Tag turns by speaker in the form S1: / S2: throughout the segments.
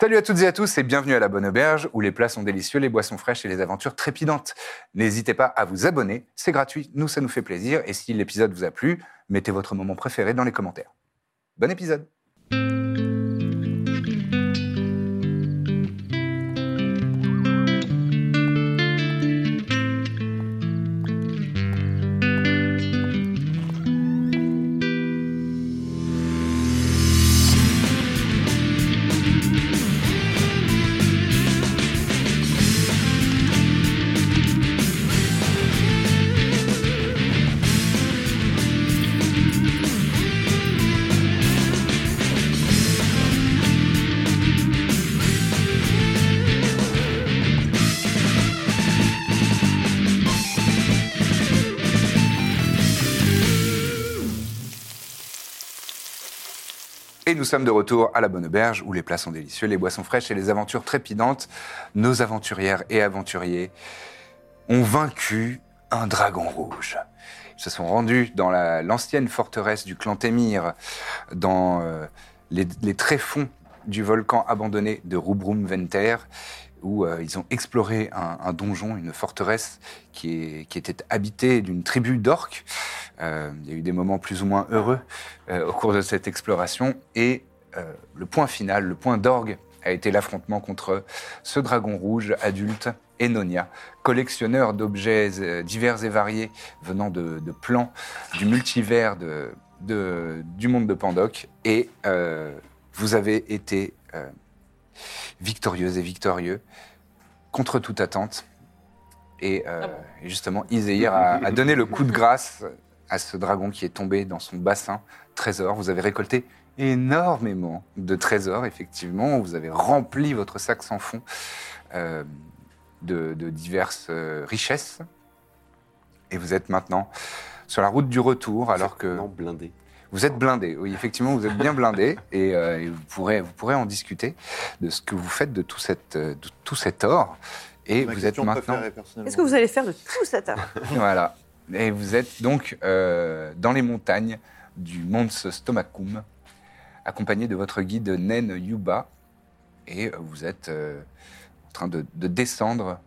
S1: Salut à toutes et à tous et bienvenue à la Bonne Auberge où les plats sont délicieux, les boissons fraîches et les aventures trépidantes. N'hésitez pas à vous abonner, c'est gratuit, nous ça nous fait plaisir et si l'épisode vous a plu, mettez votre moment préféré dans les commentaires. Bon épisode Et nous sommes de retour à la Bonne Auberge, où les plats sont délicieux, les boissons fraîches et les aventures trépidantes. Nos aventurières et aventuriers ont vaincu un dragon rouge. Ils se sont rendus dans la- l'ancienne forteresse du clan Témir, dans euh, les, les tréfonds du volcan abandonné de Rubrum Venter, où euh, ils ont exploré un, un donjon, une forteresse qui, est- qui était habitée d'une tribu d'orques. Euh, il y a eu des moments plus ou moins heureux euh, au cours de cette exploration. Et euh, le point final, le point d'orgue, a été l'affrontement contre ce dragon rouge adulte, Enonia, collectionneur d'objets euh, divers et variés venant de, de plans du multivers de, de- du monde de Pandoc. Et euh, vous avez été euh, victorieuse et victorieux contre toute attente. Et, euh, et justement, Iséir a, a donné le coup de grâce à ce dragon qui est tombé dans son bassin trésor. Vous avez récolté énormément de trésors, effectivement. Vous avez rempli votre sac sans fond euh, de, de diverses euh, richesses. Et vous êtes maintenant sur la route du retour, alors que...
S2: Non, blindé.
S1: Vous êtes blindé, oui, effectivement, vous êtes bien blindé et, euh, et vous, pourrez, vous pourrez en discuter de ce que vous faites de tout, cette, euh, de tout cet or. Et vous êtes maintenant.
S3: Qu'est-ce que vous allez faire de tout cet art
S1: Voilà. Et vous êtes donc euh, dans les montagnes du Mons Stomacum, accompagné de votre guide Nen Yuba. Et euh, vous êtes euh, en train de, de descendre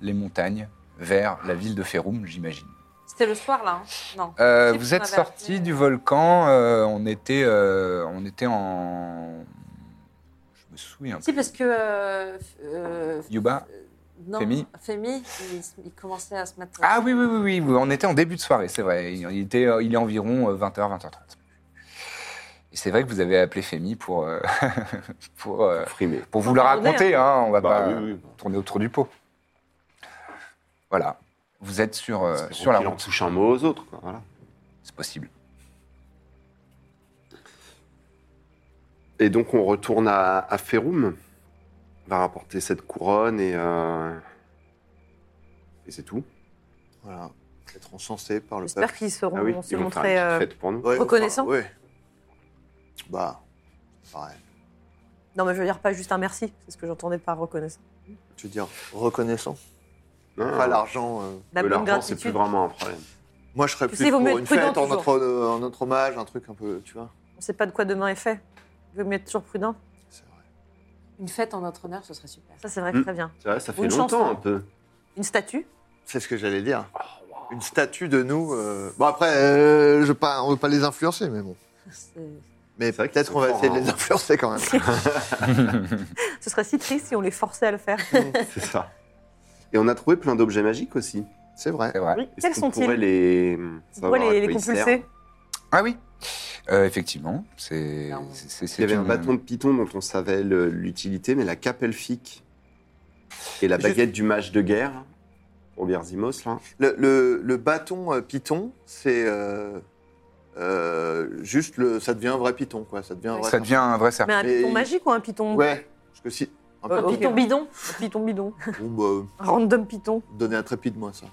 S1: les montagnes vers la ville de Ferum, j'imagine.
S3: C'était le soir, là. hein Non.
S1: Euh,
S3: Je sais
S1: vous
S3: plus, on
S1: êtes
S3: avait
S1: sorti
S3: appelé-
S1: du volcan. euh, on était, euh, on était en. Je me souviens.
S3: Si, parce que. euh, f- euh,
S1: Yuba.
S3: euh, non,
S1: Femi.
S3: Femi, il, s- il commençait à se mettre.
S1: Ah oui, oui, oui, oui, vous- on était en début de soirée, c'est vrai. Il, il était, euh, il est environ 20h, 20h30. Et c'est vrai que vous avez appelé Femi pour, euh, pour, euh,
S2: Frimé.
S1: pour vous le raconter, hein, on va
S2: Bah
S1: pas
S2: oui, oui.
S1: tourner autour du pot. Voilà. Vous êtes sur, euh,
S2: Espérons
S1: sur la
S2: qu'il en
S1: route,
S2: touche un mot aux autres. quoi, voilà.
S1: c'est possible.
S2: Et donc, on retourne à, à Ferum. On va rapporter cette couronne et. euh, Et c'est tout.
S4: Voilà, être encensé par le
S3: J'espère
S4: peuple.
S3: qu'ils seront
S2: ah oui,
S3: se
S2: ils vont faire une
S3: montrer.
S2: petite
S3: euh,
S2: fête pour nous.
S4: Ouais,
S3: reconnaissant.
S4: enfin, ouais. Bah, pareil.
S3: Non, mais je veux dire, pas juste un merci, c'est ce que j'entendais par reconnaissant.
S4: Tu veux dire reconnaissant.
S2: Non, non,
S4: Pas l'argent. euh.
S3: La
S2: mais
S3: bonne
S2: L'argent, c'est plus
S3: gratitude.
S2: vraiment un problème.
S4: Moi, je serais
S3: Bah, Tu
S4: plus
S3: sais, il vaut
S4: pour
S3: mieux être
S4: une
S3: prudent
S4: fête en
S3: toujours.
S4: notre, euh, en notre hommage, un truc un peu, tu vois.
S3: On sait pas de quoi demain est fait. Il vaut mieux être toujours prudent.
S4: C'est vrai.
S5: Une fête en notre honneur, ce serait super.
S3: Ça, c'est vrai que
S2: Mm.
S3: très bien.
S2: C'est vrai, ça fait
S3: Une
S2: longtemps
S3: chanson.
S2: un peu.
S3: Une statue
S4: C'est ce que j'allais dire.
S2: Ah,
S4: Une statue de nous. euh, Bon, après, euh, je veux pas, on veut pas les influencer, mais bon.
S3: c'est-
S4: Mais
S2: C'est vrai que
S4: peut-être
S2: c'est
S4: qu'on va
S2: fort,
S4: essayer
S2: hein.
S4: de les influencer quand même.
S3: Ce serait si triste si on les forçait à le faire.
S2: C'est ça. Et on a trouvé plein d'objets magiques aussi.
S4: C'est vrai.
S1: C'est vrai.
S3: Ah Oui,
S2: Ah, Est-ce
S3: quels
S2: qu'on
S3: sont-ils
S2: pourrait les.
S3: On
S2: savoir
S3: pourrait
S2: à
S3: les, les
S2: quoi ils servent
S3: compulser
S1: Ah oui, Euh, effectivement. C'est,
S5: Non.
S1: c'est- c'est- c'est
S2: Il y avait un
S1: une-
S2: bâton de python dont on savait le- l'utilité, mais la cape elfique et la
S4: Juste-
S2: baguette du mage de guerre, Robert Zimos, là.
S4: Le, le- le bâton euh, python, c'est euh, euh, juste le, ça devient un vrai python, quoi. Ça devient un vrai.
S1: Ça devient un vrai serpent.
S3: Mais un
S4: Mais
S3: piton
S4: il-
S3: magique ou un piton
S4: Ouais. Parce que si. Un
S3: Un
S4: python.
S3: piton bidon Oh, Un piton bidon.
S4: Bon, bah,
S3: Un random piton.
S4: donnez un trépied de moi, ça.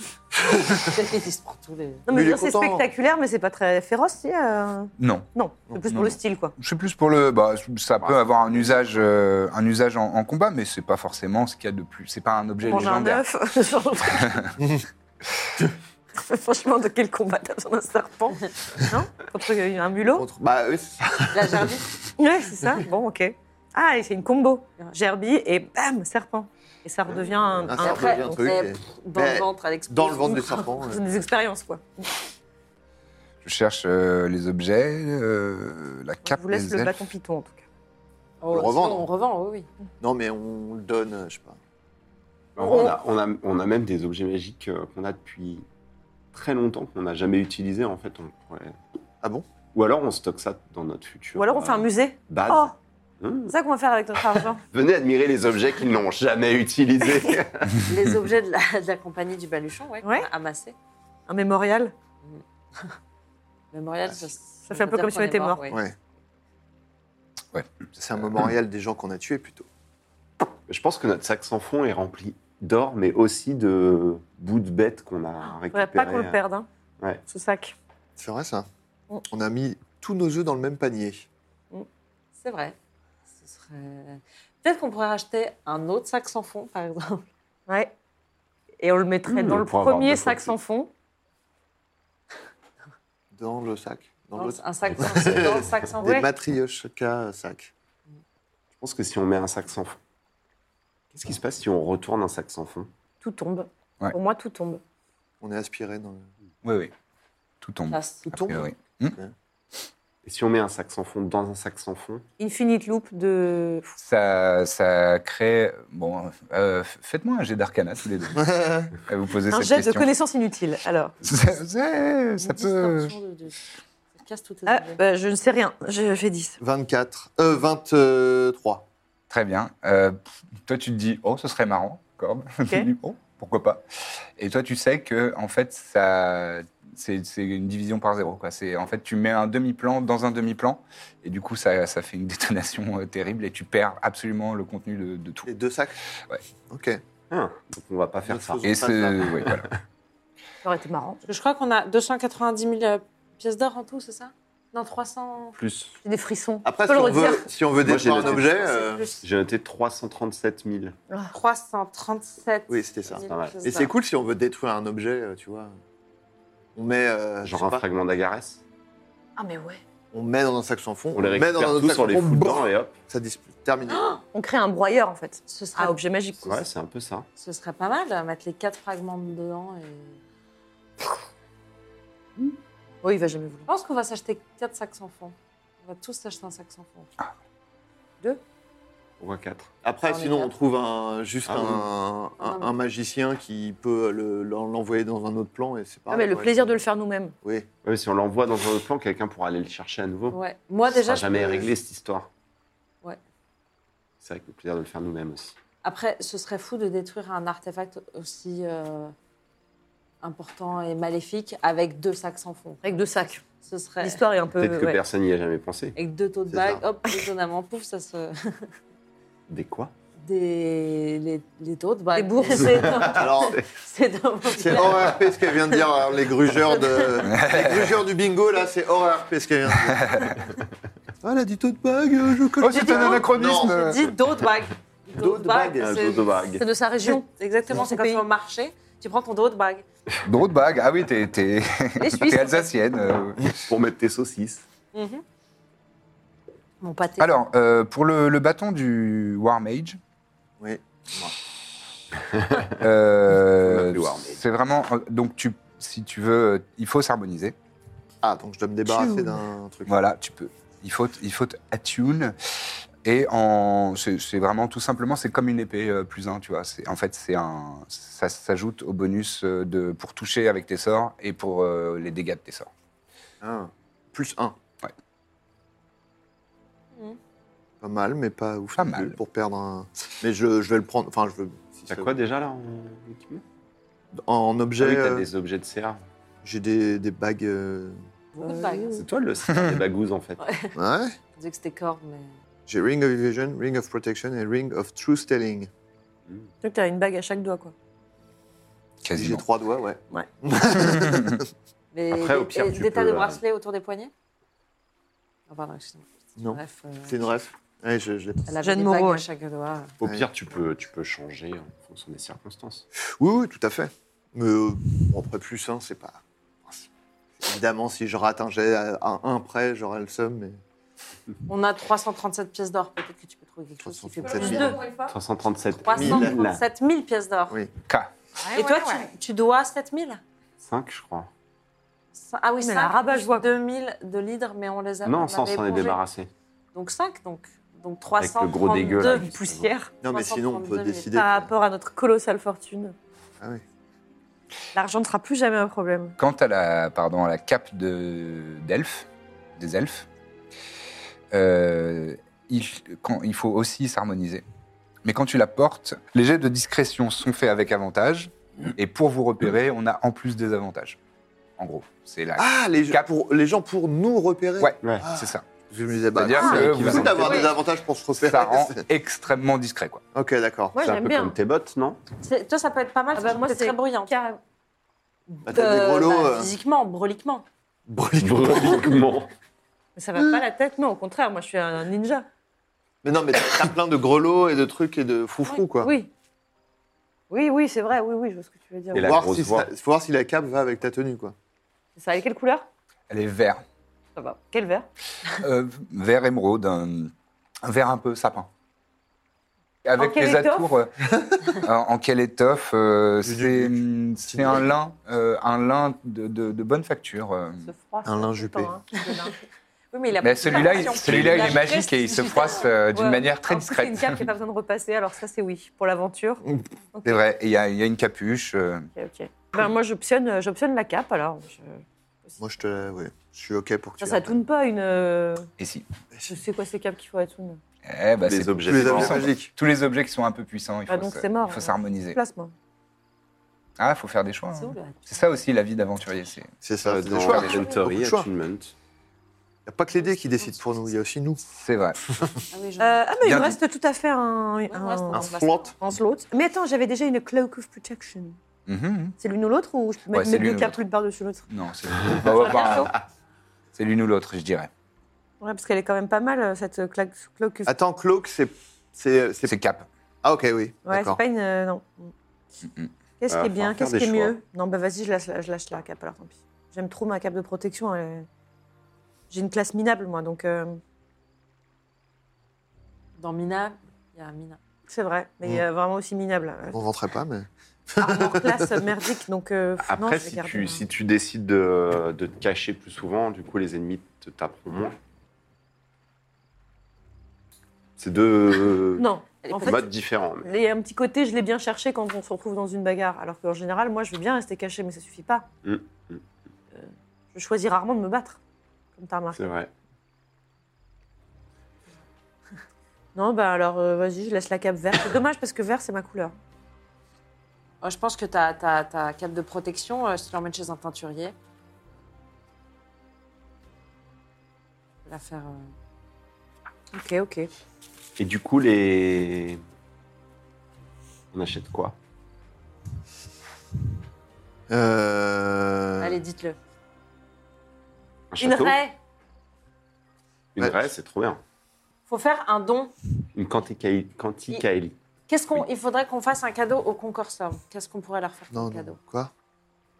S6: Il se prend tous les.
S3: Non,
S4: Mais
S3: mais
S4: il
S3: je veux dire,
S4: est
S3: c'est
S4: content.
S3: spectaculaire, mais c'est pas très féroce, si euh,
S1: Non.
S3: Non, c'est plus
S1: non,
S3: pour le
S1: non.
S3: style, quoi.
S1: Je suis plus pour le. Bah, ça peut
S2: Ouais.
S1: avoir un usage, euh, un usage en, en combat, mais c'est pas forcément ce qu'il y a de plus. C'est pas un objet
S3: Manger un
S1: légendaire.
S3: œuf, ce genre de truc. Franchement, de quel combat t'as besoin d'un serpent Non Contre euh, un mulot
S4: Contre- Bah oui, c'est ça.
S6: La jardine.
S3: Ouais, c'est ça. Bon, ok. Ah, et c'est une combo. Gerbie et bam, serpent. Et ça redevient un.
S4: Un
S3: un-
S4: serpent.
S6: Après,
S4: un
S6: on
S4: truc,
S6: fait
S4: et-
S6: pff, dans
S4: Mais-
S6: le ventre, à l'explosion.
S4: Dans le ventre du serpent. ouais.
S3: C'est des expériences, quoi.
S1: Je cherche euh, les objets, euh, la
S3: Je
S1: cape,
S3: vous laisse
S1: les
S3: le
S1: elfes.
S3: bâton python, en tout cas.
S6: Oh,
S4: le
S6: si,
S4: revendre.
S6: On revend, oui, oui.
S4: Non, mais on le donne, euh, je sais pas.
S2: On a, on, a, on a même des objets magiques euh, qu'on a depuis très longtemps, qu'on n'a jamais utilisés en fait. On pourrait-
S4: Ah bon
S2: Ou alors on stocke ça dans notre futur. euh,
S3: Ou alors on fait un musée.
S2: base.
S3: Oh,
S2: Mmh.
S3: c'est ça qu'on va faire avec notre argent.
S2: Venez admirer les objets qu'ils n'ont jamais utilisés.
S6: Les objets de la, de la compagnie du Baluchon, ouais, qu'on
S3: Ouais.
S6: a amassés.
S3: Un mémorial.
S6: Mémorial, ça,
S3: Ça fait un peu comme si on était mort.
S6: ouais.
S4: Ouais.
S1: Ouais.
S4: C'est un mémorial des gens qu'on a tués plutôt.
S2: Je pense que notre sac sans fond est rempli d'or, mais aussi de bouts de bêtes qu'on a
S3: Faudrait
S2: récupérés.
S3: pas qu'on le perde, hein.
S2: Ouais.
S3: Ce sac.
S4: C'est vrai ça.
S3: Mm.
S4: On a mis tous nos œufs dans le même panier.
S6: C'est vrai. Ce serait... Peut-être qu'on pourrait racheter un autre sac sans fond, par exemple.
S3: Ouais. Et on le mettrait
S2: Mmh,
S3: dans
S2: on
S3: le
S2: pourrait avoir
S3: premier
S2: deux
S3: sac
S2: fois
S3: sans fond.
S4: Dans le sac. Dans
S6: Dans
S4: l'autre.
S6: un sac sans, dans le sac
S3: Ah,
S6: sans
S4: Des
S6: fond.
S4: matrioshka sac.
S2: Je pense que si on met un sac sans fond, qu'est-ce qui se passe si on retourne un sac sans fond
S3: Tout tombe.
S1: Ouais.
S3: Pour moi, tout tombe.
S4: On est aspiré dans le.
S1: Oui, oui. Tout tombe.
S6: Ça, c'est-
S4: Tout
S1: a
S4: tombe.
S1: priori.
S2: Et si on met un sac sans fond dans un sac sans fond
S3: Infinite loop de.
S1: Ça, ça crée. Bon, euh, f- faites-moi un jet d'arcana tous les deux. Euh, Vous posez
S3: Un
S1: cette
S3: jet de
S1: question.
S3: connaissances inutiles. Alors,
S1: Ça, ça- ça
S6: une
S1: peut.
S6: distorsion de- de- Ça casse tout tes
S3: Ah,
S6: objets.
S3: bah, je ne sais rien. Je fais 10.
S4: 24. Euh, 23.
S1: Très bien. Euh, pff, toi, tu te dis, oh, ce serait marrant, Corbe. Tu dis, oh, pourquoi pas. Et toi, tu sais que, en fait, ça, c'est c'est une division par zéro. Quoi. C'est- En fait, tu mets un demi-plan dans un demi-plan, et du coup, ça, ça fait une détonation euh, terrible, et tu perds absolument le contenu de, de tout.
S4: Les deux sacs
S1: Ouais.
S4: Ok.
S2: Ah, Donc on va pas faire
S4: Nous
S2: ça.
S4: faisons-
S1: Et
S4: pas
S1: c'est.
S4: ça.
S1: oui, voilà.
S3: Ça aurait été marrant.
S6: Parce que je crois qu'on a 290 000 euh, pièces d'or en tout, c'est ça Non, 300.
S2: Plus.
S3: J'ai des frissons.
S4: Après,
S3: Faut
S4: si
S3: le
S4: on,
S3: redire.
S4: veut, si on veut
S2: Moi, j'ai
S4: détruire un
S2: noté.
S4: objet.
S6: C'est
S4: euh,
S6: plus
S2: J'ai noté 337 000.
S6: 337.
S4: Oui, c'était ça.
S6: 000
S2: Pas mal.
S6: pièces
S4: Et c'est
S6: d'or.
S4: cool si on veut détruire un objet, euh, tu vois. On met. euh, je
S2: Genre
S4: sais
S2: un
S4: pas,
S2: fragment d'agarès.
S3: Ah, mais ouais.
S4: On met dans un sac sans fond.
S2: On les
S4: met dans
S2: récupère
S4: un autre
S2: tous,
S4: sac
S2: on
S4: sans
S2: les
S4: fond,
S2: fout
S4: bam,
S2: dedans et hop.
S4: Ça dispute. Terminé.
S3: On crée un broyeur, en fait.
S6: Ce serait,
S3: Ah, objet magique.
S2: Ouais, c'est un peu ça.
S6: ce serait pas mal, euh, mettre les quatre fragments dedans. Et...
S3: Oui, Oh, il va jamais
S6: Je
S3: vouloir.
S6: pense qu'on va s'acheter quatre sacs sans fond. On va tous s'acheter un sac sans fond.
S2: Pourquoi 4
S4: Après,
S3: Oh,
S6: On est
S4: sinon,
S6: bien.
S4: on trouve un, juste
S2: Ah oui.
S4: un, un-
S6: oui.
S4: un magicien qui peut le- l'en- l'envoyer dans un autre plan et c'est pas.
S3: Ah, mais le plaisir de le faire nous-mêmes.
S4: Oui.
S2: Oui, si on l'envoie dans un autre plan, quelqu'un pourra aller le chercher à nouveau.
S6: Ouais. Moi,
S2: Ça
S6: déjà.
S2: sera
S6: je
S2: jamais
S6: peux-
S2: réglé cette histoire.
S6: Ouais.
S2: C'est avec le plaisir de le faire nous-mêmes aussi.
S6: Après, ce serait fou de détruire un artefact aussi euh, important et maléfique avec deux sacs sans fond.
S3: Avec deux sacs.
S6: Ce serait.
S3: L'histoire est un peu.
S2: Peut-être que
S3: ouais.
S2: personne n'y a jamais pensé.
S6: Avec deux taux de
S4: C'est
S6: bague,
S4: ça.
S6: hop, étonnamment, pouf, ça se.
S2: Des quoi
S6: Des. Les, les taux de bague.
S3: Des bourses.
S6: C'est dans-
S4: Alors,
S6: C'est dans mon
S4: c'est hors RP ce qu'elle vient de dire, alors, les grugeurs, de... les grugeurs du bingo, là, c'est hors RP ce qu'elle vient de dire. Ah, elle a dit taux de bague, euh, je connais.
S1: Oh, c'est un anachronisme
S4: Non.
S6: J'ai dit dos de bague.
S4: Dos de bague,
S2: Un
S6: c'est-
S2: dos de bague.
S3: C'est de sa région.
S6: Exactement,
S3: Dans
S6: c'est
S3: son
S6: quand tu
S3: pays.
S6: vas au marché, tu prends ton dos de bague.
S1: Drôle de bague. Ah oui, t'es t'es-
S3: Les
S1: t'es
S3: Suisses. en fait.
S1: alsacienne. euh.
S2: Pour mettre tes saucisses.
S6: Mhm. Mon pâté.
S1: Alors, euh, pour le, le bâton du War Mage,
S4: Oui.
S1: euh,
S2: On l'appelle War Mage.
S1: c'est vraiment. euh, Donc, tu, si tu veux, euh, il faut s'harmoniser.
S4: Ah, donc je dois me débarrasser d'un truc.
S1: Voilà, tu peux. Il faut, il faut attune. Et en, c'est c'est vraiment tout simplement, c'est comme une épée euh, plus un, tu vois. C'est- En fait, c'est un, ça s'ajoute au bonus euh, de pour toucher avec tes sorts et pour euh, les dégâts de tes sorts.
S4: Ah, plus un.
S1: Ouais.
S6: Mm.
S4: Mmh. Pas mal, mais pas ouf.
S1: Pas
S4: non plus
S1: mal.
S4: Pour perdre un. Mais je, je vais le prendre. Enfin, je veux. si
S2: T'as
S4: ça-
S2: quoi déjà là en équipement
S4: En
S2: Ah
S4: objet.
S2: oui, t'as
S4: euh,
S2: des objets de serre.
S4: J'ai des, des bagues. euh,
S6: Beaucoup de bagues.
S2: C'est toi le seigneur des bagouses, en fait.
S4: Ouais.
S6: Je disais que c'était corbe, mais.
S4: J'ai Ring of Vision, Ring of Protection et Ring of Truth Telling.
S3: Tu as une bague à chaque doigt, quoi.
S4: J'ai
S1: Quasiment.
S4: trois doigts, ouais.
S6: mais
S2: Après, au
S6: des-
S2: pire,
S6: des,
S2: tu
S6: des tas
S2: peux,
S6: de
S2: euh,
S6: bracelets autour des poignets Ah, pardon, excuse-moi.
S4: Non.
S6: Bref, euh,
S4: C'est une ref. Ouais, je, je l'ai pas.
S6: elle avait
S3: Jeanne
S6: des
S3: Moreau,
S6: bagues
S3: ouais.
S6: à chaque doigt.
S2: Au
S4: Ouais.
S2: pire, tu peux, tu peux changer en fonction des circonstances.
S4: Oui, oui, tout à fait. Mais euh, bon, après, plus un, c'est pas. Évidemment, si je rate un jet à à un près, j'aurai le somme, mais.
S6: On a 337 pièces d'or. Peut-être que tu peux trouver quelque chose qui fait plus
S4: 337
S6: de
S4: 000.
S2: 337 000,
S6: 337 000 pièces d'or.
S4: Oui.
S1: K.
S6: Et toi, tu- Tu, dois 7 000
S2: 5, je crois.
S6: Cin- Ah oui,
S3: Mais
S6: c'est
S3: la rabat-joie.
S6: 2 000 de l'hydre, mais on les a on
S2: Non,
S6: avait
S2: 100, s'en est
S6: épongé.
S2: débarrassé.
S6: Donc 5, donc. Donc
S2: Avec le gros dégueu, là.
S6: 332
S3: Une poussière
S4: Non, mais sinon, on peut
S6: 332 000.
S4: décider.
S3: par
S4: que-
S3: rapport à notre colossale fortune.
S4: Ah oui.
S3: L'argent ne sera plus jamais un problème.
S1: Quant à la, pardon, à la cape de, d'elfe, des elfes, euh, il, quand- il faut aussi s'harmoniser. Mais quand tu la portes, les jets de discrétion sont faits avec avantage, et pour vous repérer, on a en plus des avantages. En gros, c'est la.
S4: Ah, les,
S1: Cap.
S4: pour, les gens pour nous repérer
S1: Ouais,
S2: Ouais.
S4: Ah,
S1: c'est ça.
S4: Je me disais, bah,
S1: C'est-à-dire que
S4: c'est
S1: vous
S4: cool d'avoir
S1: avez-
S4: des avantages pour se repérer.
S1: Ça rend extrêmement discret, quoi.
S4: Ok, d'accord.
S3: Moi,
S2: C'est un
S3: j'aime
S2: peu
S3: bien.
S2: comme tes bottes, non
S6: C'est- Toi, ça peut être pas mal,
S3: Ah
S6: parce
S3: bah,
S6: que
S3: moi,
S6: t'es
S3: c'est
S6: très bruyante.
S3: Car-
S4: Bah, t'as des
S6: Euh,
S4: grelots.
S6: bah,
S4: euh,
S6: Physiquement, broliquement.
S4: brûlés.
S2: Broliquement.
S3: Mais ça va pas la tête, non, au contraire, moi je suis un ninja.
S4: Mais non, mais t'as t'as plein de grelots et de trucs et de foufrous, quoi.
S3: Oui. Oui, oui, c'est vrai, oui, oui, je vois ce que tu veux dire.
S2: Et la
S4: voir
S2: grosse
S4: si
S2: voix.
S4: ça- faut voir si la cape va avec ta tenue, quoi.
S3: Ça a quelle couleur
S1: Elle est vert.
S3: Ça va. Quel vert
S1: Euh, vert émeraude, un, un vert un peu sapin. Avec
S3: En quelle
S1: les
S3: étoffe
S1: atours. euh, en en quelle étoffe euh,
S4: Du-
S1: C'est
S4: petit
S1: c'est un lin, euh, un lin de, de- de bonne facture. euh.
S3: Ce froid.
S4: Un lin jupé.
S6: Oui, mais il a
S1: Mais
S6: pas-
S1: celui-là,
S6: il a
S1: il-
S6: pas-
S1: celui-là, il
S6: a
S1: est magique
S6: juste-
S1: et il se froisse euh, d'une
S3: Ouais.
S1: manière très
S3: En plus, C'est
S1: discrète.
S3: une cape qui n'a pas besoin de repasser, alors ça c'est oui. Pour l'aventure,
S1: C'est vrai. Et Il y, a il y a une capuche. euh.
S3: ok, ok. Ben, moi j'optionne euh, j'optionne la cape alors. Je...
S4: Moi, je te la- ouais. Je suis OK pour que
S3: hein. Ça,
S4: tu
S3: ça
S4: la-
S3: tourne pas une. euh,
S1: Et si
S3: Je sais quoi ces capes qu'il faut attourner.
S1: Eh ben,
S2: Les
S1: c'est-
S2: objets.
S4: Tous les objets
S2: forts.
S4: magiques.
S1: tous les objets qui sont un peu puissants, il faut
S3: Ah, donc
S1: se-
S3: c'est mort.
S1: il faut s'harmoniser.
S3: Place moi.
S6: Mmh.
S1: Ah, il faut faire des choix.
S6: C'est
S1: hein.
S6: où, là
S1: C'est ça aussi la vie d'aventurier. c'est-
S4: C'est ça.
S2: Euh,
S4: Il n'y
S2: Dans
S4: a
S2: Inventory,
S4: choix.
S2: Attunement.
S4: pas que les dés qui décident pour nous, il y a aussi nous.
S1: C'est vrai.
S6: Ah oui, je-
S3: Euh, ah, mais il
S1: Bien
S3: me
S1: dit.
S3: reste tout à fait un.
S6: il me reste
S3: un...
S4: Un
S6: un-
S4: flot.
S3: un slot. Mais attends, j'avais déjà une cloak of protection.
S1: Mhm.
S3: C'est l'une ou l'autre ou je peux
S1: Ouais,
S3: mettre
S1: c'est
S3: mes
S1: l'une
S3: deux
S1: ou
S3: capes
S1: l'autre.
S3: l'une par-dessus l'autre
S1: Non, c'est bah, ouais, bah, c'est l'une ou l'autre, je dirais.
S3: Ouais, parce qu'elle est quand même pas mal, euh, cette euh, claque cloque.
S2: Ah,
S4: Attends, cloak, c'est. c'est- c'est-
S1: C'est cap.
S4: Ah, ok, oui.
S3: Ouais, c'est
S4: D'accord.
S3: pas une. euh, non.
S1: Mhm.
S3: Qu'est-ce
S2: Mm, Ah,
S3: qui est
S2: faut
S3: bien
S2: en faire
S3: Qu'est-ce qui
S2: des
S3: est
S2: choix.
S3: mieux Non, bah vas-y, je lâche, la- je lâche la cape alors, tant pis. J'aime trop ma cape de protection. elle est- J'ai une classe minable, moi, donc euh,
S6: Dans Mina, il y a un Mina.
S3: c'est vrai. Mais
S2: Mm.
S4: Mhm.
S3: euh, vraiment aussi minable.
S4: Je
S3: euh,
S4: m'en vanterai pas, mais.
S3: Armor classe merdique, donc. euh, pff, non,
S2: Après,
S3: je vais
S2: si,
S3: garder
S2: tu,
S3: ma-
S2: si tu décides de, de te cacher plus souvent, du coup, les ennemis te taperont moins. C'est deux
S3: Non,
S6: Elle est
S3: en
S6: pas
S3: fait,
S2: modes différents. mais-
S3: il y a un petit côté, je l'ai bien cherché quand on se retrouve dans une bagarre. Alors qu'en général, moi, je veux bien rester caché, mais ça suffit pas.
S2: Mhm, mhm.
S3: Euh, je choisis rarement de me battre, comme t'as remarqué.
S2: C'est vrai.
S3: Non, bah alors, euh, vas-y, je laisse la cape verte. C'est dommage parce que vert, c'est ma couleur.
S6: Oh, je pense que ta, ta, ta cape de protection, euh, si tu l'emmènes chez un teinturier, tu peux la faire. euh,
S3: Ok, ok.
S2: Et du coup, les. On achète quoi
S4: Euh,
S6: Allez, dites-le.
S2: Un
S6: Une
S2: château
S6: raie
S2: Une
S4: Ouais.
S2: raie, c'est trop bien.
S6: faut faire un don.
S2: Une quanticaï- quanticaïli.
S6: Qu'est-ce qu'on,
S2: Oui.
S6: Il faudrait qu'on fasse un cadeau au concorsum. Qu'est-ce qu'on pourrait leur faire
S4: Non,
S6: comme
S4: non.
S6: cadeau
S4: Quoi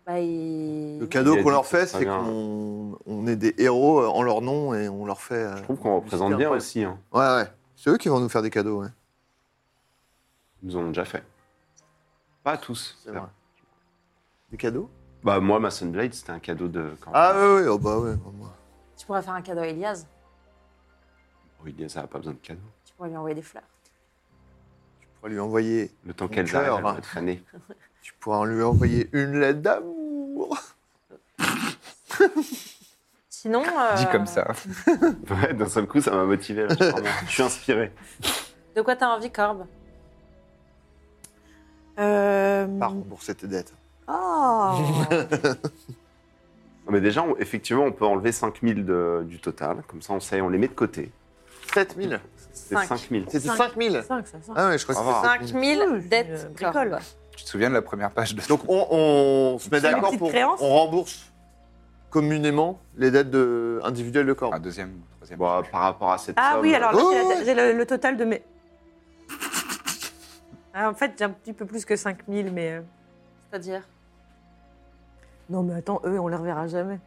S6: bah, il-
S4: Le cadeau
S2: Il a
S4: qu'on
S2: dit
S4: leur
S2: que
S4: fait,
S2: c'est
S4: c'est
S2: pas bien.
S4: qu'on on est des héros euh, en leur nom et on leur fait. euh,
S2: Je trouve qu'on représente bien aussi. hein.
S4: Ouais, ouais. C'est eux qui vont nous faire des cadeaux, ouais.
S2: Ils nous en ont déjà fait. Pas tous.
S4: C'est vrai. Des cadeaux
S2: Bah, moi, ma Sunblade, c'était un cadeau de. Quand
S4: Ah, oui, oui, oh, bah, oui. oh, moi.
S6: Tu pourrais faire un cadeau à Elias.
S4: euh.
S2: oui. Ça n'a pas besoin de cadeau.
S6: Tu pourrais lui envoyer des fleurs.
S4: Tu pourrais lui envoyer.
S2: Le temps
S4: Mon
S2: qu'elles
S4: cœur,
S2: arrivent,
S4: hein.
S2: elles vont être fanées.
S4: Tu pourrais lui envoyer une lettre d'amour.
S6: Sinon. euh,
S1: Dit comme ça.
S2: Ouais, d'un seul coup, ça m'a motivé. là, je suis vraiment- Je suis inspiré.
S6: De quoi t'as envie, Corbe
S3: Euh...
S4: Par rembourser tes dettes.
S3: Oh
S2: Non, mais déjà, on- effectivement, on peut enlever 5000 de- du total. Comme ça, on sait, on les met de côté.
S4: 7000
S2: C'est
S6: Cinq.
S2: 5000.
S4: C'était
S3: Cinq.
S4: 5000
S3: 5, ça, 5.
S4: Ah ouais, je crois
S1: Au revoir.
S4: que c'était 5000.
S6: 5000
S3: Je
S6: dettes
S3: bricole.
S6: corps.
S1: Tu te souviens de la première page de
S4: Donc on, on se met
S1: Sur les
S4: d'accord
S3: petites
S4: pour...
S3: créances
S4: On rembourse communément les dettes de- individuelles de corps.
S1: Ah, deuxième ou troisième.
S2: Bon, euh, par rapport à cette
S3: Ah
S2: somme,
S3: oui, alors là,
S4: Oh,
S3: j'ai la-
S4: ouais.
S3: j'ai le, le total de mes. Ah, en fait, j'ai un petit peu plus que 5000, mais. euh,
S6: C'est-à-dire
S3: Non, mais attends, eux, on les reverra jamais.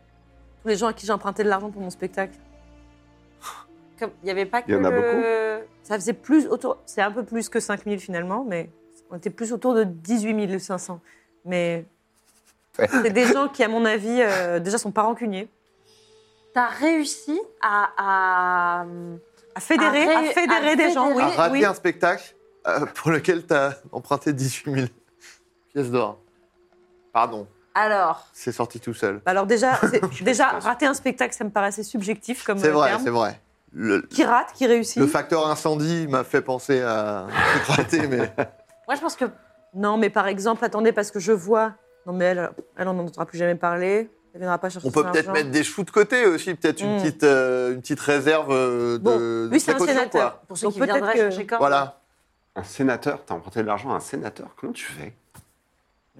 S3: Tous les gens à qui j'ai emprunté de l'argent pour mon spectacle.
S6: Comme- Il n'y avait pas que
S2: Il y en a
S6: le...
S3: Ça faisait plus autour. C'est un peu plus que 5000 finalement, mais on était plus autour de 18 500. Mais. C'est des gens qui, à mon avis, euh, déjà sont pas rancuniers.
S6: T'as réussi à... à...
S3: À fédérer,
S6: À
S3: à,
S6: ré-
S3: fédérer
S6: à
S3: des gens, oui.
S6: fédérer.
S4: à rater
S3: oui.
S4: un spectacle euh, pour lequel tu as emprunté 18 000 pièces d'or. Pardon,
S6: Alors,
S4: c'est sorti tout seul.
S3: Bah Alors déjà, c'est- déjà rater un spectacle, ça me paraissait subjectif comme
S4: C'est
S3: euh,
S4: vrai,
S3: terme.
S4: c'est vrai. Le,
S3: Qui rate, qui réussit.
S4: le facteur incendie m'a fait penser à un truc raté, mais
S6: moi je pense que...
S3: Non, mais par exemple, attendez, parce que je vois. Non, mais elle, elle on n'en entendra plus jamais parler. Elle viendra pas chercher
S4: on peut
S3: son
S4: peut-être
S3: argent.
S4: mettre des choux de côté aussi, peut-être une,
S3: Mm.
S4: petite, euh, une petite réserve euh, de,
S3: Bon,
S4: de
S3: lui, c'est un
S4: précaution,
S3: sénateur.
S4: quoi.
S6: Pour ceux
S3: Donc
S6: qui
S3: peut-être
S6: viendraient
S3: que-
S6: chercher corps.
S4: Voilà.
S2: Un sénateur, t'as emprunté de l'argent à un sénateur. Comment tu fais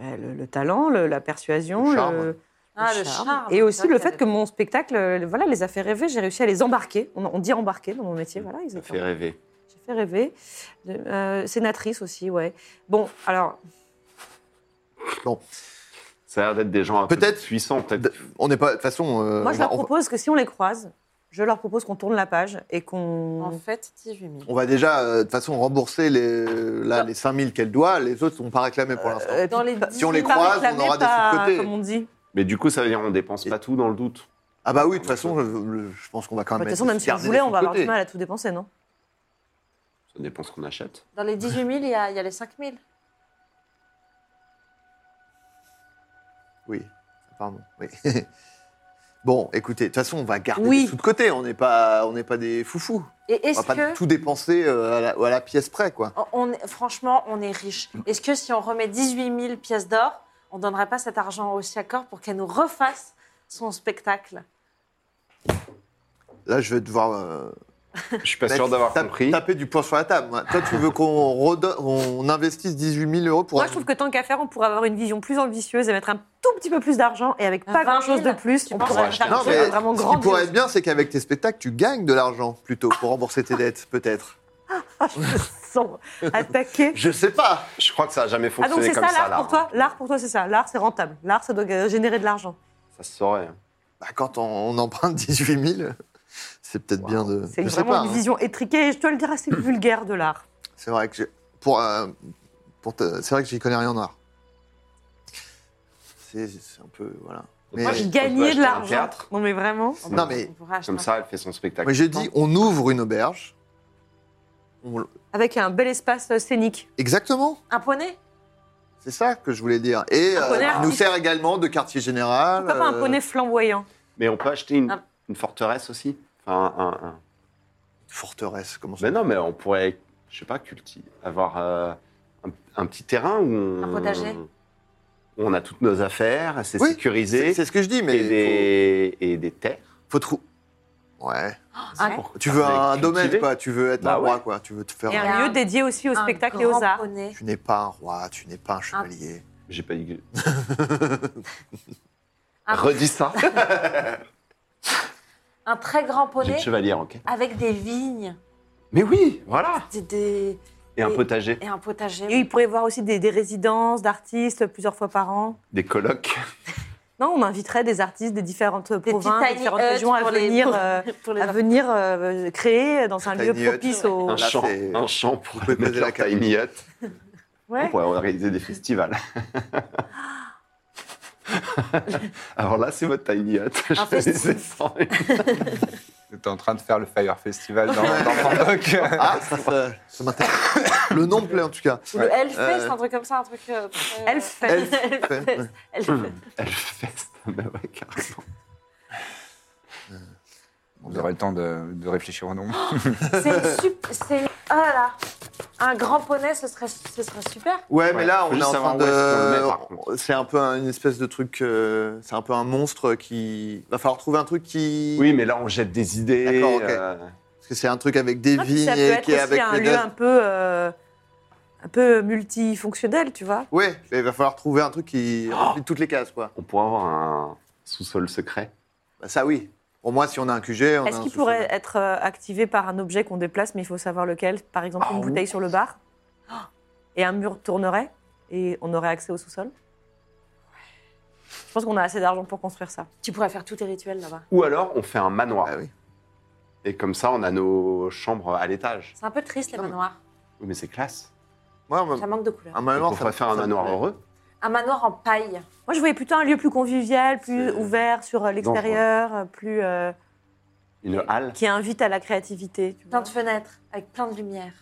S3: Ouais, le, le talent, le- la persuasion,
S4: Le
S3: le
S4: charme.
S3: le
S6: Ah, le
S3: charme.
S6: charme.
S3: Et aussi
S6: C'est vrai
S3: le
S6: qu'il y
S3: fait que mon spectacle euh, voilà, les a fait rêver. J'ai réussi à les embarquer. On, on dit embarquer dans mon métier. Voilà, ils
S2: Ça
S3: étaient-
S2: fait rêver.
S3: J'ai fait rêver. Euh, sénatrice aussi, ouais. Bon, alors,
S2: Ça a l'air d'être des gens un peu
S4: Peut-être-
S2: puissants. Peut-être.
S4: On n'est pas. De toute façon. euh,
S3: moi,
S4: on
S3: je
S4: va-
S3: leur
S4: on va-
S3: propose que si on les croise, je leur propose qu'on tourne la page et
S6: avait- En
S3: qu'on.
S6: fait, 18 000.
S4: On va déjà, euh, de toute façon, rembourser les, là,
S6: Non.
S4: les 5000 qu'elle doit. Les autres sont pas réclamés pour l'instant.
S3: Euh, Bah,
S6: Dans les
S3: pas-
S4: si on les
S3: pas
S4: croise, on
S3: réclamer,
S4: aura des
S3: pas-
S4: sous-cotés.
S3: Comme on dit.
S2: Mais du coup, ça veut dire on dépense pas tout dans le doute.
S4: Ah bah oui, de toute façon, je, je pense qu'on va quand
S3: Bah,
S4: même.
S3: De toute façon, même si on
S4: garder
S3: voulait,
S4: les
S3: on va avoir
S4: sous-cotés.
S3: du mal à tout dépenser, non
S2: Ça dépend ce qu'on achète.
S6: Dans les 18 000, il y a, il y a les 5 000.
S4: Oui, pardon. Oui. bon, écoutez, de toute façon, on va garder
S3: Oui.
S4: tout de côté. On n'est pas, on n'est pas des foufous.
S6: Et
S4: On
S6: est-ce
S4: va pas
S6: que...
S4: tout dépenser euh, à, la, à la pièce près, quoi.
S6: on- On est- franchement, on est riche. Est-ce que si on remet 18 000 pièces d'or, on ne donnerait pas cet argent aussi à corps pour qu'elle nous refasse son spectacle
S4: Là, je vais devoir. euh,
S2: Je suis pas
S4: mettre-
S2: sûr d'avoir
S4: tape-
S2: compris.
S4: Taper du poing sur la table. moi. Toi, tu veux qu'on redonne- on investisse 18 000 euros pour.
S3: Moi, je trouve que tant qu'à faire, on pourrait avoir une vision plus ambitieuse et mettre un tout petit peu plus d'argent et avec pas
S6: 20 000,
S3: grand-chose de plus,
S6: tu
S3: on
S6: penses
S3: pourrait
S6: que
S3: faire
S6: ça
S3: un
S4: non,
S3: truc
S4: mais
S3: vraiment
S4: ce qui
S3: grand.
S4: pourrait être bien, c'est qu'avec tes spectacles, tu gagnes de l'argent plutôt pour rembourser tes dettes, peut-être.
S3: Je me sens attaqué.
S4: Je sais pas.
S2: Je crois que ça a jamais
S3: Ah donc
S2: fonctionné
S3: c'est
S2: comme
S3: ça
S2: ça.
S3: l'art pour toi L'art pour toi c'est ça, l'art c'est rentable, l'art ça doit euh, générer de l'argent.
S2: Ça se saurait.
S4: Bah, quand on, on emprunte 18 000, c'est peut-être bien de.
S3: C'est
S4: je sais
S3: vraiment
S4: pas,
S3: une
S4: hein.
S3: vision étriquée et je dois le dire assez vulgaire de l'art.
S4: C'est vrai que j'ai- pour, euh, pour te- c'est vrai que j'y connais rien en art. C'est c'est un peu voilà. Mais,
S2: Moi,
S4: mais
S2: je-
S3: Gagner
S2: acheter
S3: de
S2: un
S3: l'argent.
S2: théâtre.
S3: Non mais vraiment
S6: On
S4: Non,
S6: pourrait-
S4: mais-
S6: on pourrait acheter
S2: Comme
S6: un-
S2: ça, elle fait son spectacle.
S4: j'ai dit on ouvre une auberge. On-
S3: Avec un bel espace euh, scénique.
S4: Ah, exactement,
S6: Un poney
S4: c'est ça que je voulais dire. Et
S3: Un
S4: euh,
S3: poney
S4: qui nous
S3: artiste.
S4: sert également de quartier général.
S3: Pourquoi pas un
S4: euh,
S3: poney flamboyant
S2: Mais on peut acheter une,
S6: Ah.
S2: une forteresse aussi. Enfin, un, un- un-
S4: Forteresse, comment ça
S2: Mais non, mais on pourrait, je sais pas, cultiver, avoir euh, un, un petit terrain où on,
S6: Un potager.
S2: où on a toutes nos affaires, c'est
S4: Oui,
S2: sécurisé
S4: C'est c'est ce que je dis, mais
S2: et, des, et des terres.
S4: faut, faut trou- Ouais.
S3: Ah,
S2: Ah,
S6: Un-
S4: Tu veux un
S2: Cultiver.
S4: domaine quoi, tu veux être
S2: Bah
S4: un roi
S2: ouais.
S4: quoi, tu veux te faire.
S3: Et
S4: un-
S3: un lieu dédié aussi au
S6: Ah. un
S3: spectacle et
S6: grand
S3: aux arts.
S6: poney.
S4: Tu n'es pas un roi, tu n'es pas un chevalier.
S2: J'ai pas dit.
S6: Un-
S2: Redis ça.
S6: Un très grand
S2: J'ai
S6: poney
S2: le chevalier, ok.
S6: avec des vignes
S2: Mais oui, voilà.
S6: des- des-
S2: Et un
S6: Et-
S2: potager,
S6: et un potager.
S3: Et il pourrait y avoir aussi des, des résidences d'artistes plusieurs fois par an.
S2: des colocs.
S3: Non, on inviterait des artistes des différentes
S6: Des
S3: provinces,
S6: petits
S3: des
S6: tiny
S3: différentes
S6: huts
S3: régions à
S6: pour les-
S3: venir,
S6: pour-
S3: euh,
S6: pour les
S3: à venir euh, créer dans un
S4: Tiny
S3: lieu
S4: hut.
S3: propice au.
S2: un,
S4: là,
S2: champ,
S4: c'est-
S2: un champ pour
S4: pouvez
S2: mettre
S4: poser la
S2: leur
S4: cabine.
S2: tiny hut.
S3: Ouais.
S2: On pourrait organiser des festivals. Alors là, c'est votre tiny hut. Je vais les
S6: festival.
S2: descendre.
S1: T'es en train de faire le Fire Festival dans, dans Pandoc.
S4: Ah, ça, ça- ça m'intéresse. Le nom me plaît en tout cas.
S6: Ou le Hellfest,
S4: Euh,
S6: un truc comme ça, un truc. euh, très-
S3: Hellfest.
S4: Elfest, ouais.
S6: Hellfest.
S2: Hellfest. Bah ouais, carrément.
S1: On aurait le temps de, de réfléchir au nom.
S6: C'est une sup- C'est. Oh là là. Un grand poney, ce serait, ce serait super.
S4: Ouais, mais
S2: Ouais,
S4: là,
S2: faut
S4: on est
S2: juste
S4: en
S2: savoir
S4: train
S2: où est-ce qu'on le met, par
S4: de.
S2: contre.
S4: C'est un peu un- une espèce de truc. euh, C'est un peu un monstre qui. Va falloir trouver un truc qui.
S2: Oui, mais là, on jette des idées.
S4: D'accord, ok.
S2: euh,
S4: Parce que c'est un truc avec des
S3: Ah, puis
S4: vignes
S3: ça peut
S4: et
S3: être
S4: qui est
S3: aussi
S4: avec
S3: un
S4: les
S3: lieu
S4: notes.
S3: un peu, euh, un peu multifonctionnel, tu vois.
S4: Ouais, mais il va falloir trouver un truc
S3: Oh
S4: qui remplit toutes les cases, quoi.
S2: on pourrait avoir un sous-sol secret.
S4: Bah, ça, oui. Pour moi, si on a un QG, on a
S3: Est-ce
S4: un
S3: qu'il
S4: sous-sol.
S3: pourrait être euh, activé par un objet qu'on déplace, mais il faut savoir lequel Par exemple, une bouteille sur le bar et un mur tournerait et on aurait accès au sous-sol Je pense qu'on a assez d'argent pour construire ça.
S6: Tu pourrais faire tous tes rituels là-bas.
S2: Ou alors, on fait un manoir.
S4: Bah oui.
S2: Et comme ça, on a nos chambres à l'étage.
S6: C'est un peu triste, les
S4: Non, mais-
S6: manoirs.
S2: Oui, mais c'est classe.
S4: Ouais, mais-
S6: Ça manque de couleur.
S4: un
S2: On
S4: manoir, ça
S2: pourrait
S4: me-
S2: faire un
S4: ça me
S2: manoir
S4: plaît.
S2: heureux.
S6: Un manoir en paille.
S3: Moi, je voyais plutôt un lieu plus convivial, plus
S4: C'est
S3: ouvert sur euh, l'extérieur, euh, plus euh,
S2: Une halle.
S3: qui invite à la créativité. tu
S6: Plein
S3: vois.
S6: de fenêtres, avec plein de lumière.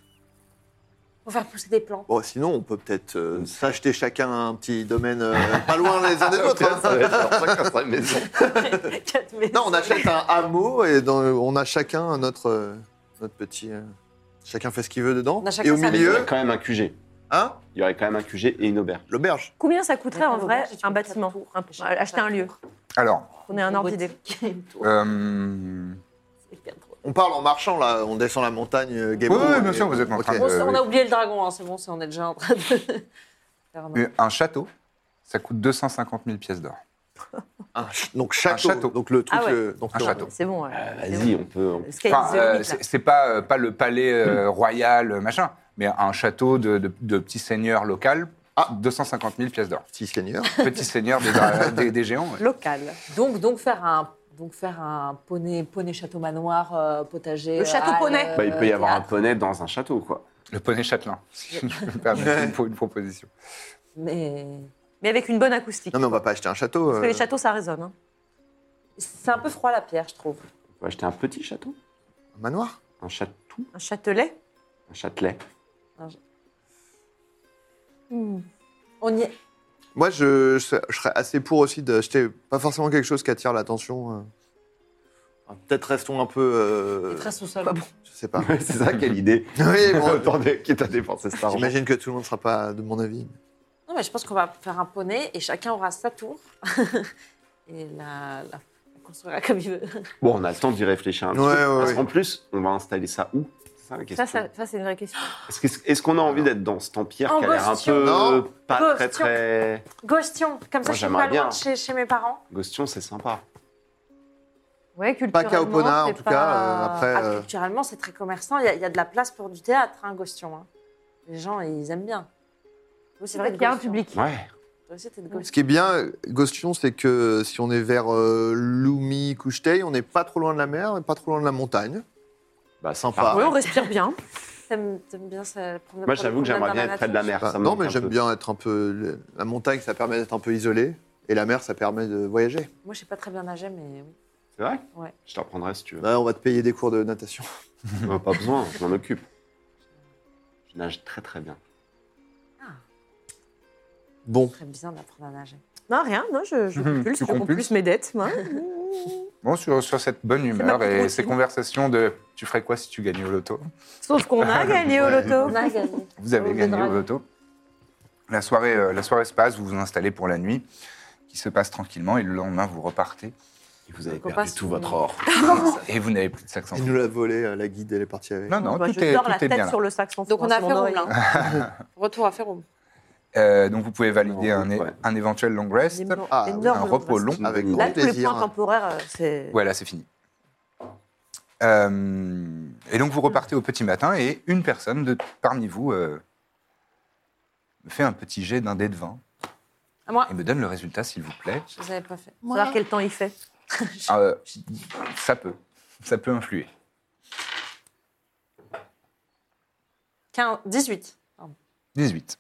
S6: Pour faire pousser des plantes.
S4: Bon, sinon, on peut peut-être euh, s'acheter chacun un petit domaine euh, pas loin les uns des autres. hein.
S2: Ça va être pour ça qu'on sera une maison.
S6: Quatre maisons.
S4: Non, on achète un hameau et dans- on a chacun notre, euh, notre petit. euh, chacun fait ce qu'il veut dedans.
S6: On a chacun
S4: Et au
S6: sa
S2: Il y aurait
S4: milieu,
S2: quand même un QG.
S4: hein,
S2: Il y aurait quand même un QG et une auberge.
S4: l'auberge.
S3: Combien ça coûterait
S6: Attends,
S3: en vrai
S6: l'auberge, tu
S3: un
S6: me
S3: bâtiment
S6: fais la tour.
S3: un-
S6: Je-
S3: Acheter un lieu.
S1: Alors,
S3: On est un ordre d'idée.
S1: euh,
S6: C'est bien drôle.
S4: On parle en marchant là, on descend la montagne. euh, Gaibo,
S1: Oui, oui, bien
S4: et-
S1: sûr, vous êtes en
S4: Ok.
S1: train de-
S6: Bon,
S2: Euh,
S6: c'est- on a oublié le dragon, hein, c'est bon, c'est- on est déjà en train de. faire un-
S1: un château, ça coûte 250 000 pièces d'or.
S4: Un ch- donc château,
S1: Un château.
S4: Donc le truc.
S3: Ah ouais.
S4: euh, donc
S1: Un
S4: le-
S1: château.
S3: C'est bon. ouais.
S2: Euh,
S3: C'est
S2: Vas-y,
S3: bon.
S2: on peut. on-
S3: Le sky
S1: Enfin,
S3: is the
S1: euh,
S3: limit, là.
S1: c'est c'est pas, euh, pas le palais euh, royal, euh, machin, mais un château de, de, de petit seigneur local,
S4: Ah.
S1: 250 000 pièces d'or.
S4: Petit seigneur.
S1: Petit seigneur des, euh, des, des géants. ouais.
S3: Local.
S6: Donc, donc faire un. Donc faire un poney, poney château manoir, euh, potager.
S3: Le château
S6: halle,
S3: poney.
S6: euh,
S2: Bah, il peut y avoir un
S6: théâtre.
S2: poney dans un château, quoi.
S1: Le poney châtelain, si je peux me permettre une, pro- une proposition.
S6: Mais
S3: Mais avec une bonne acoustique.
S4: Non, mais on va pas acheter un château.
S3: Parce
S4: euh,
S3: que les châteaux, ça résonne. hein.
S6: c'est un peu froid la pierre, je trouve.
S2: On peut acheter un petit château.
S4: un manoir.
S2: Un château.
S3: Un châtelet
S2: Un châtelet.
S6: On y est.
S4: Moi, je, je, serais- je serais assez pour aussi d'acheter pas forcément quelque chose qui attire l'attention. euh. Enfin, Peut-être restons un peu. euh,
S6: Très sous-sol.
S4: Je sais pas.
S2: Ouais, c'est ça, quelle idée.
S4: oui, bon.
S2: Attendez, quitte à dépenser cet argent.
S4: J'imagine que tout le monde sera pas de mon avis.
S6: Non, mais je pense qu'on va faire un poney et chacun aura sa tour. et la, la- la construira comme il veut.
S2: Bon, on a le temps d'y réfléchir un petit
S4: Ouais,
S2: peu.
S4: ouais,
S2: Parce
S4: ouais.
S2: qu'en plus, on va installer ça où C'est ça la question.
S3: Ça, ça, ça, c'est une vraie question.
S2: Est-ce que- est-ce qu'on a envie d'être dans cet empire
S6: En
S2: qui a l'air un
S6: Gostion.
S2: peu
S4: Non.
S2: pas très
S6: Gostion.
S2: très
S6: Gostion, comme ça
S2: Moi,
S6: je suis
S2: j'aimerais
S6: pas loin
S2: bien.
S6: de chez, chez mes parents.
S2: Gostion, c'est sympa.
S3: Ouais,
S1: Bah,
S4: Pas
S3: culturellement,
S4: Kaopona, en
S3: c'est
S4: tout
S3: pas-
S4: cas. euh, après.
S6: Ah,
S4: euh,
S6: culturellement, c'est très commerçant. Il y, a- il y a de la place pour du théâtre, hein, Gostion. hein. Les gens, ils aiment bien. Vous aussi,
S3: C'est vrai
S6: t'es de
S3: qu'il y a un
S6: Gostion.
S3: public.
S2: Ouais.
S6: Toi aussi, t'es de Gostion.
S4: Ce qui est bien, Gostion, c'est que si on est vers euh, Loumi, Coucheteil, on n'est pas trop loin de la mer, et pas trop loin de la montagne.
S2: Bah
S4: Sympa.
S3: Ouais, on respire bien.
S6: T'aimes t'aimes bien ça, prendre
S2: Moi, j'avoue que j'aimerais bien être près de la mer.
S4: Enfin,
S2: ça me
S4: Bah, non,
S2: manque
S4: mais
S2: un
S4: j'aime
S2: peu.
S4: bien être un peu. La montagne, ça permet d'être un peu isolé, et la mer, ça permet de voyager.
S6: Moi, je sais pas très bien nager, mais oui.
S2: C'est vrai
S6: Ouais.
S2: Je te reprendrai si tu veux.
S4: Là, Eh ben, on va te payer des cours de natation.
S2: Euh, pas besoin, je m'en occupe. Je nage très très bien.
S4: Bon,
S6: ce serait bien d'apprendre à nager.
S3: Non, rien. Non, je, je
S1: Mhm,
S3: compulse,
S1: tu
S3: je compulse
S1: compulses.
S3: mes dettes. moi.
S1: Bon, sur, sur cette bonne humeur et ces conversations de tu ferais quoi si tu gagnais au loto
S3: Sauf qu'on a gagné au loto.
S6: On a gagné.
S1: Vous avez
S6: On
S1: gagné
S6: gagnera.
S1: au loto. La soirée, euh, la soirée se passe, vous vous installez pour la nuit, qui se passe tranquillement, et le lendemain, vous repartez.
S2: Et vous avez
S6: Donc, on
S2: perdu
S6: passe
S2: Ah, tout
S6: une-
S2: votre or.
S1: Et vous n'avez plus de 500
S4: elle
S1: francs.
S4: nous l'a volé, euh, la guide, elle est partie avec.
S1: Non, non,
S3: Bah,
S1: tout
S3: je
S1: est,
S3: dors
S1: tout
S3: la
S1: est bien Ah,
S3: tête
S1: là.
S3: sur le saxon.
S6: Donc, on a fait
S3: fait
S6: Rome, là. Retour à Féroum.
S1: Euh, donc vous pouvez valider
S2: Non,
S1: un, é-
S2: ouais.
S1: un éventuel long rest,
S4: Ah,
S1: un repos long. hein.
S4: Avec
S2: Là,
S4: grand
S3: Là, tous les
S4: plaisir.
S3: points temporaires, euh, c'est.
S1: Ouais, là, c'est fini. Euh, et donc, vous repartez au petit matin et une personne de, parmi vous euh, me fait un petit jet d'un dé de 20
S6: À moi.
S1: et me donne le résultat, s'il vous plaît.
S6: Je les avais pas fait.
S3: Savoir quel temps il fait.
S1: Ah, euh, ça peut. Ça peut influer.
S6: 15, 18. Pardon.
S1: 18.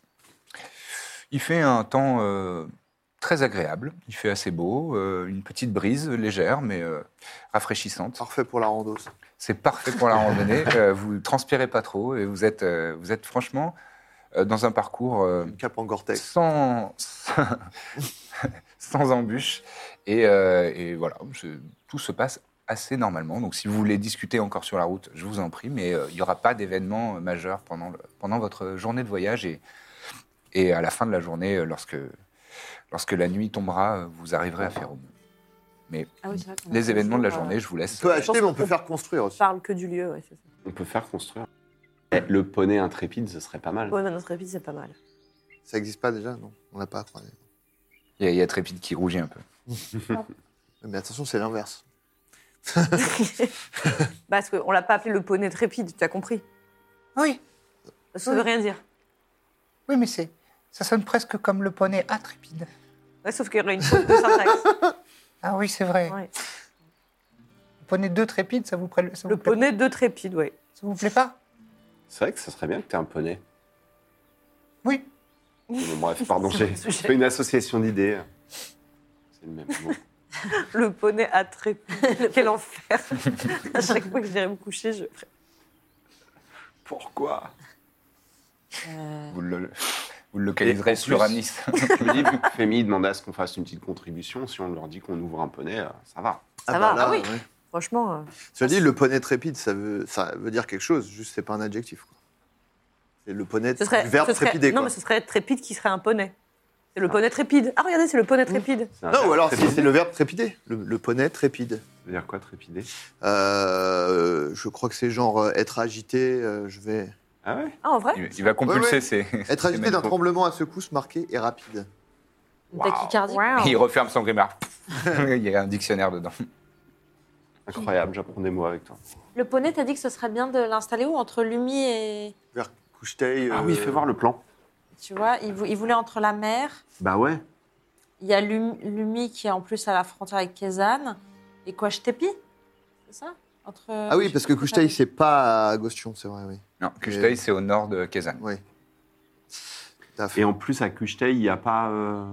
S1: Il fait un temps euh, très agréable. Il fait assez beau. euh, une petite brise légère, mais euh, rafraîchissante.
S4: Parfait pour la rando. ça.
S1: C'est parfait pour la randonnée. Euh, vous transpirez pas trop et vous êtes, euh, vous êtes franchement euh, dans un parcours euh,
S4: Une cape en Gore-Tex.
S1: sans, sans embûches. Et, euh, et voilà, je- tout se passe assez normalement. Donc si vous voulez discuter encore sur la route, je vous en prie, mais euh, il n'y aura pas d'événement euh, majeur pendant, le- pendant votre journée de voyage et, et à la fin de la journée, euh, lorsque, lorsque la nuit tombera, euh, vous arriverez à Féroum. Mais
S6: Ah oui, c'est vrai qu'on a
S1: les événements de la
S6: toujours,
S1: journée, je vous
S4: On
S1: laisse.
S4: peut acheter, mais on peut faire construire aussi.
S3: parle que du lieu, ouais, c'est ça.
S2: On peut faire construire. Eh, le poney intrépide, ce serait pas mal.
S3: Ouais, mais notre épisode, c'est pas mal.
S4: Ça n'existe pas déjà Non, on n'a pas. quoi.
S1: Il y, a- il y a Trépide qui rougit un peu.
S4: Mais attention, c'est l'inverse.
S3: Parce qu'on l'a pas appelé le poney trépide, tu as compris.
S1: Oui,
S3: Ça veut rien dire.
S1: oui, mais c'est ça sonne presque comme le poney à Trépide.
S3: Ouais, sauf qu'il y aurait une faute de syntaxe.
S1: Ah oui, c'est vrai.
S3: Ouais.
S1: Le poney de Trépide, ça vous, plaît, ça
S3: Le poney de trépide, oui.
S1: ça vous plaît pas
S2: C'est vrai que ça serait bien que tu aies un poney.
S1: Oui.
S2: Bon, bref, pardon,
S3: C'est
S2: j'ai
S3: mon sujet.
S2: fait une association d'idées. C'est le même. bon.
S3: Le poney à trépide. Quel enfer. à chaque fois que j'irai me coucher, je.
S2: Pourquoi
S1: Vous le, vous le localiserez
S2: Et en
S1: sur
S2: plus-
S1: Anis.
S2: Je me dis, vu que Femi demandait à ce qu'on fasse une petite contribution, si on leur dit qu'on ouvre un poney, euh, ça va.
S3: Ça va, ah oui.
S4: bah ouais.
S3: Franchement, euh,
S4: Cela dit, le poney trépide, ça veut, ça veut dire quelque chose, juste c'est pas un adjectif. quoi. C'est le poney
S3: ce serait.
S4: du verbe
S3: ce serait-
S4: trépider.
S3: Non,
S4: quoi.
S3: mais ce serait trépide qui serait un poney. C'est le poney trépide. Ah, regardez, c'est le poney trépide.
S2: C'est un
S4: Non,
S2: verbe
S4: ou alors c'est
S2: trépidé.
S4: c'est le verbe trépider, le, le poney trépide.
S2: Ça veut dire quoi, trépider
S4: Euh, je crois que c'est genre euh, être agité, euh, je vais.
S2: Ah ouais
S3: Ah, en vrai
S1: Il, il va compulser
S4: Ouais, ouais.
S1: ses.
S4: Être
S1: ses
S4: agité d'un
S1: manifos.
S4: tremblement à secousse marqué et rapide.
S6: Une tachycardie.
S1: Il referme son grimoire. il y a un dictionnaire dedans.
S2: Incroyable, j'apprends des mots avec toi.
S6: Le poney, t'as dit que ce serait bien de l'installer où Entre Lumi et.
S4: Vers coucheteil.
S2: Ah oui,
S1: euh,
S2: fais voir le plan.
S6: Tu vois, il, vou- il voulait entre la mer.
S2: Bah ouais.
S6: Il y a Lum- Lumi qui est en plus à la frontière avec Kezan. Et Tepi C'est ça entre...
S4: Ah oui, parce que coucheteil, c'est pas à Gostion, c'est vrai, oui.
S1: Non, Kushtai, c'est au nord de Kezan.
S4: oui. Tout à fait.
S2: Et en plus, à Kuchtei, il n'y a pas euh,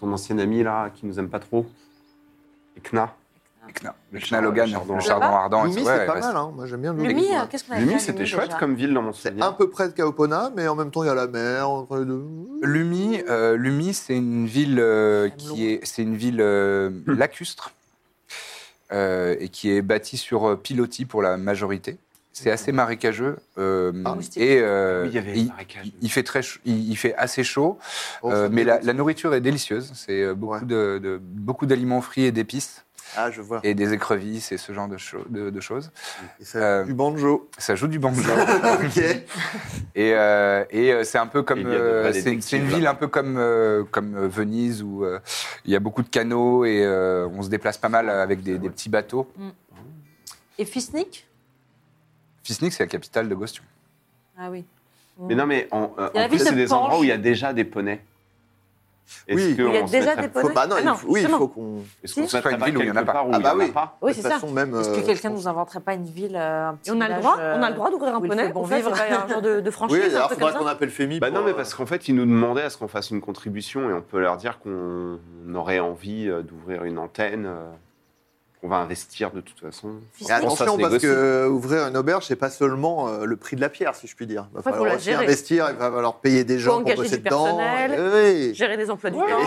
S2: ton ancien ami là qui nous aime pas trop Et Kna.
S1: Le Kna- Le
S2: Char-
S1: Knalogan,
S2: le Chardon.
S1: le chardon ardent. et
S4: Lumi,
S1: tout.
S4: c'est
S1: Ouais,
S4: pas
S1: ouais,
S4: mal, hein. moi j'aime bien Lumi.
S6: Lumi,
S4: Ouais.
S6: euh, qu'est-ce qu'on avait fait
S2: Lumi,
S6: à
S2: c'était
S6: Lumi,
S2: chouette
S6: déjà
S2: comme ville dans mon souvenir.
S4: un peu près de Kaopona, mais en même temps, il y a la mer entre les deux.
S2: hein.
S1: Lumi, euh, Lumi, c'est une ville euh,
S3: Amelon.
S1: qui est, c'est une ville euh, lacustre euh, et qui est bâtie sur euh, pilotis pour la majorité. C'est assez marécageux euh,
S4: Ah.
S1: et euh,
S2: Oui, il y avait
S1: il,
S2: un marécage.
S1: il fait très, ch- il, il fait assez chaud.
S4: Bon,
S1: euh,
S4: ça
S1: mais
S4: fait-
S1: la, la nourriture est délicieuse. C'est euh, beaucoup
S4: Ouais.
S1: de, de- beaucoup d'aliments frits et d'épices
S4: Ah, je vois.
S1: et des écrevisses et ce genre de, cho- de- de choses.
S4: Et ça,
S1: euh,
S4: Du banjo.
S1: Ça joue du banjo.
S4: ok.
S1: Et, euh, et, euh, c'est un peu
S2: Et
S1: comme,
S2: il y a de
S1: euh,
S2: vrais
S1: c'est c'est une
S2: détectives,
S1: ville
S2: là.
S1: un peu comme euh, comme euh, Venise où euh, il y a beaucoup de canaux et euh, on se déplace pas mal avec des, des petits bateaux.
S6: Et Fisnik
S1: Fisnik, c'est la capitale de Gostion.
S6: Ah oui.
S3: Mm.
S2: Mais non, mais en, euh,
S6: Il y a la
S2: en plus,
S6: ville de
S2: c'est des
S6: Pange.
S2: endroits où il y a déjà des poneys. Est-ce
S4: Oui.
S2: que
S3: Il y a
S2: on se
S3: déjà
S2: mettrait-
S3: des
S4: Faut-
S3: poneys.
S4: bah non,
S3: Ah
S4: il
S3: non,
S4: faut- oui, il
S3: justement.
S4: faut qu'on.
S2: Est-ce qu'on
S1: Si.
S2: se mettrait
S1: Soit une
S2: pas
S1: ville où il y en a
S2: quelque
S1: pas.
S2: part où
S4: Ah
S2: il y
S4: bah
S2: en a
S4: oui.
S2: pas
S6: Oui,
S4: de
S6: c'est
S4: toute
S6: ça.
S4: façon, même.
S6: Est-ce
S4: euh,
S6: que quelqu'un nous inventerait pas une ville euh, un petit
S3: Et on a le
S6: village,
S3: droit,
S6: euh,
S3: on a le droit d'ouvrir un
S6: où il
S3: poney.
S6: fait bon
S3: en fait,
S6: vivre.
S3: c'est pas un genre de, de franchise,
S4: Oui,
S3: un
S4: d'ailleurs,
S3: truc
S4: faudrait
S3: comme
S4: qu'on
S3: ça
S4: appelle Fémi.
S2: Bah
S4: pour,
S2: non, mais
S4: euh,
S2: parce qu'en fait, ils nous demandaient à ce qu'on fasse une contribution et on peut leur dire qu'on aurait envie euh, d'ouvrir une antenne, euh, qu'on va investir de toute façon.
S4: Et
S2: Je pense que ça
S4: attention,
S2: se
S4: parce
S2: négocie.
S4: que euh, ouvrir une auberge, c'est pas seulement euh, le prix de la pierre, si je puis dire. Il va
S3: faut
S4: falloir
S3: la
S4: aussi
S3: gérer.
S4: investir, il va falloir payer des gens pour
S3: engager
S4: bosser
S3: du
S4: dedans.
S3: personnel.
S4: et- oui.
S3: Gérer des emplois du
S4: Il y a
S3: temps.
S4: les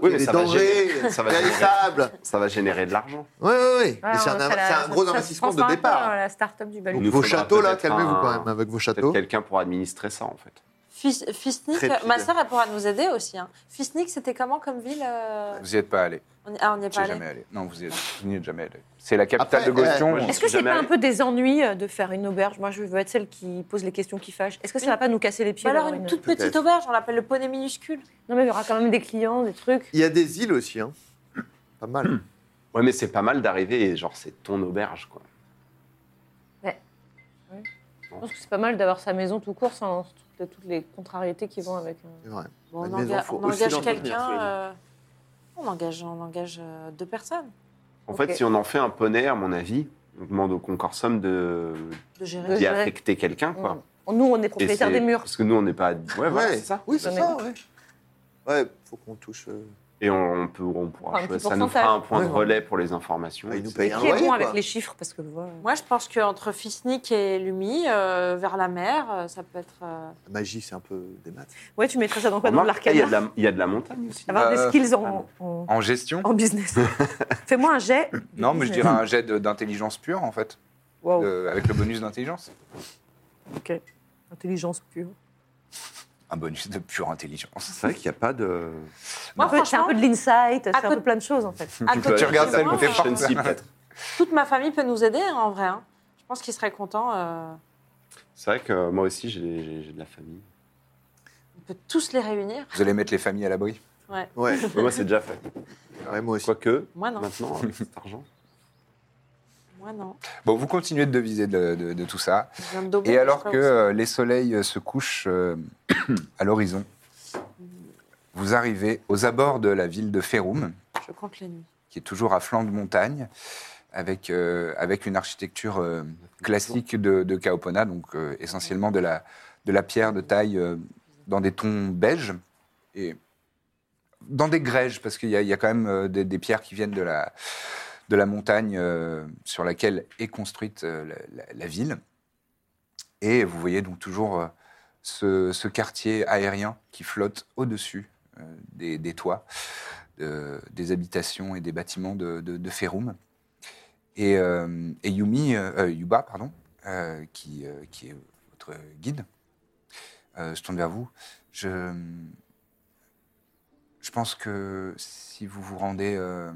S2: Oui,
S4: il y a
S2: mais
S4: les
S2: ça va
S4: denrées,
S2: gérer. Ça va
S4: il y a les
S2: gérer.
S4: sables.
S2: Ça va générer de l'argent.
S4: Oui, oui, oui.
S3: Voilà,
S4: Mais C'est
S3: ça,
S4: un,
S3: la-
S4: c'est un
S3: ça-
S4: gros
S3: ça se
S4: investissement de
S3: transforme un peu
S4: départ.
S3: dans
S6: euh,
S3: La start-up du
S2: Il
S3: Balou.
S2: nous
S4: Vos
S2: faudra
S4: châteaux, là,
S2: peut-être
S4: calmez-vous
S2: un-
S4: quand même avec vos
S2: Peut-être
S4: châteaux.
S2: quelqu'un pour administrer ça, en fait.
S6: Fis- Fisnik,
S4: Trépide.
S6: ma sœur, elle pourra nous aider aussi. Hein. Fisnik, c'était comment comme ville euh,
S1: Vous y êtes pas allé.
S6: on y- Ah, on n'y est
S1: J'y
S6: pas
S1: ai
S6: allé.
S1: jamais allé. Non, vous y êtes, vous n'y êtes jamais allé. C'est la capitale
S4: Après,
S1: de Gostion.
S2: euh,
S3: Est-ce que c'est
S2: Jamais
S3: pas un
S2: allé.
S3: peu des ennuis euh, de faire une auberge Moi, je veux être celle qui pose les questions qui fâchent. Est-ce que ça va pas nous casser les pieds
S6: Bah alors,
S3: d'avoir
S6: une
S3: une-
S6: toute petite
S4: Peut-être.
S6: auberge, on l'appelle le poney minuscule.
S3: Non, mais il y aura quand même des clients, des trucs.
S4: Il y a des îles aussi, hein. Pas
S2: Hmm.
S4: mal.
S2: Ouais, mais c'est pas mal d'arriver et genre, c'est ton auberge, quoi.
S3: Je pense que c'est pas mal d'avoir sa maison tout court sans toutes, toutes les contrariétés qui vont avec. euh,
S4: C'est vrai.
S6: Bon,
S4: Une
S6: on,
S4: maison,
S6: enga-
S4: faut
S6: on
S4: aussi
S6: engage
S4: l'entretenir,
S6: quelqu'un.
S4: celui-là.
S6: euh, On engage, on engage euh, deux personnes
S2: En
S3: Ok.
S2: fait, si on en fait un poney, à mon avis, on demande au concorsum de
S6: de gérer.
S3: De
S2: d'y
S3: gérer.
S2: affecter quelqu'un, Ah, quoi.
S3: Mm. Nous, on est
S2: Et
S3: propriétaires
S2: c'est-
S3: des murs.
S2: Parce que nous, on n'est pas. Ouais, voilà,
S4: Ouais.
S2: c'est ça.
S4: Oui, c'est
S3: On
S4: ça, ouais. Ouais, faut qu'on touche. euh,
S2: Et on, on peut, on pourra
S3: Un petit
S2: choisir. Ça nous fera un
S3: pourcentage.
S2: point de
S4: Ouais,
S2: relais pour les informations.
S4: Ah, il nous
S2: etc.
S4: paye un
S3: Qui est
S4: loyer,
S3: bon
S4: quoi.
S3: avec les chiffres parce que voilà.
S6: Moi, je pense qu'entre Fisnik et Lumi, euh, vers la mer, euh, ça peut être. euh,
S4: La magie, c'est un peu des maths.
S3: Ouais, tu mettrais ça dans quoi Dans
S2: Remarque, ah, Il y, a de
S3: l'arcade
S2: la- il y a de la montagne aussi.
S3: Avoir
S1: Euh,
S3: des skills en, en,
S1: En gestion
S6: Oh.
S3: en business. Fais-moi un jet. de
S1: Non, mais je dirais
S3: business.
S1: un jet de- d'intelligence pure, en fait,
S6: Oh.
S3: Wow,
S1: de- avec le bonus d'intelligence.
S3: ok. Intelligence pure.
S1: Un bonus de pure intelligence.
S2: C'est vrai qu'il n'y a pas de.
S6: Moi,
S3: Un peu- C'est un peu de l'insight, c'est un
S6: côté-
S3: peu plein de choses en fait.
S6: à
S1: Tu
S6: côté de
S1: regardes
S6: chez
S1: celle
S6: moi,
S1: qu'on fait
S6: euh,
S1: forte.
S2: Efficiency, peut-être.
S6: Toute ma famille peut nous aider, hein, en vrai. hein. Je pense qu'ils seraient contents. euh,
S2: C'est vrai que euh, moi aussi, j'ai des- j'ai j'ai de la famille.
S6: on peut tous les réunir.
S1: Vous allez mettre les familles à l'abri.
S6: Ouais.
S4: Ouais,
S2: Mais moi, c'est déjà fait.
S4: ouais, moi aussi.
S2: Quoique,
S6: Moi, non.
S2: maintenant, avec cet argent.
S6: Moi, non.
S1: Bon, vous continuez de deviser de, de- de tout ça.
S6: Je viens de dober,
S1: Et
S6: je
S1: alors
S6: sais pas
S1: que
S6: où c'est.
S1: euh, les soleils euh, se couchent euh, à l'horizon, vous arrivez aux abords de la ville de Ferrum,
S6: Je compte les nuits.
S1: qui est toujours à flanc de montagne, avec, euh, avec une architecture euh, classique de, de Kaopona, donc euh, essentiellement de la, de la pierre de taille euh, dans des tons beiges et dans des grèges, parce qu'il y, a- il y a quand même euh, des, des pierres qui viennent de la, de la montagne euh, sur laquelle est construite euh, la, la- la ville. Et vous voyez donc toujours euh, ce, ce quartier aérien qui flotte au-dessus euh, des, des toits, de- des habitations et des bâtiments de, de, de Ferum. Et, euh, et Yumi, euh, euh, Yuba, pardon, euh, qui, euh, qui est votre guide, euh, je tourne vers vous. Je, je pense que si vous vous rendez euh,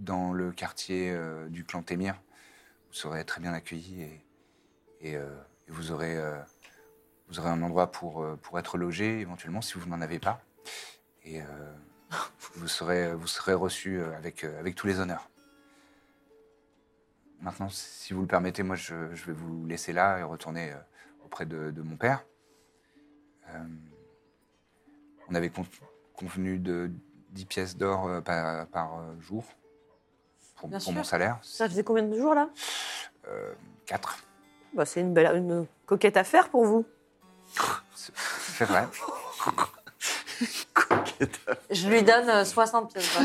S1: dans le quartier euh, du clan Témir, vous serez très bien accueillis et, et, euh, et vous, aurez, euh, vous aurez un endroit pour, euh, pour être logé, éventuellement, si vous n'en avez pas. Et euh, vous serez, vous serez reçu avec, euh, avec tous les honneurs. Maintenant, si vous le permettez, moi, je, je vais vous laisser là et retourner euh, auprès de, de mon père. Euh, on avait con- convenu de 10 pièces d'or euh, par, par, euh, jour pour,
S6: Bien
S1: pour
S6: sûr.
S1: mon salaire.
S3: Ça faisait combien de jours là
S1: 4.
S3: bah, C'est une, belle, une coquette affaire pour vous.
S1: C'est vrai.
S6: Je lui donne euh, 60 pièces d'or.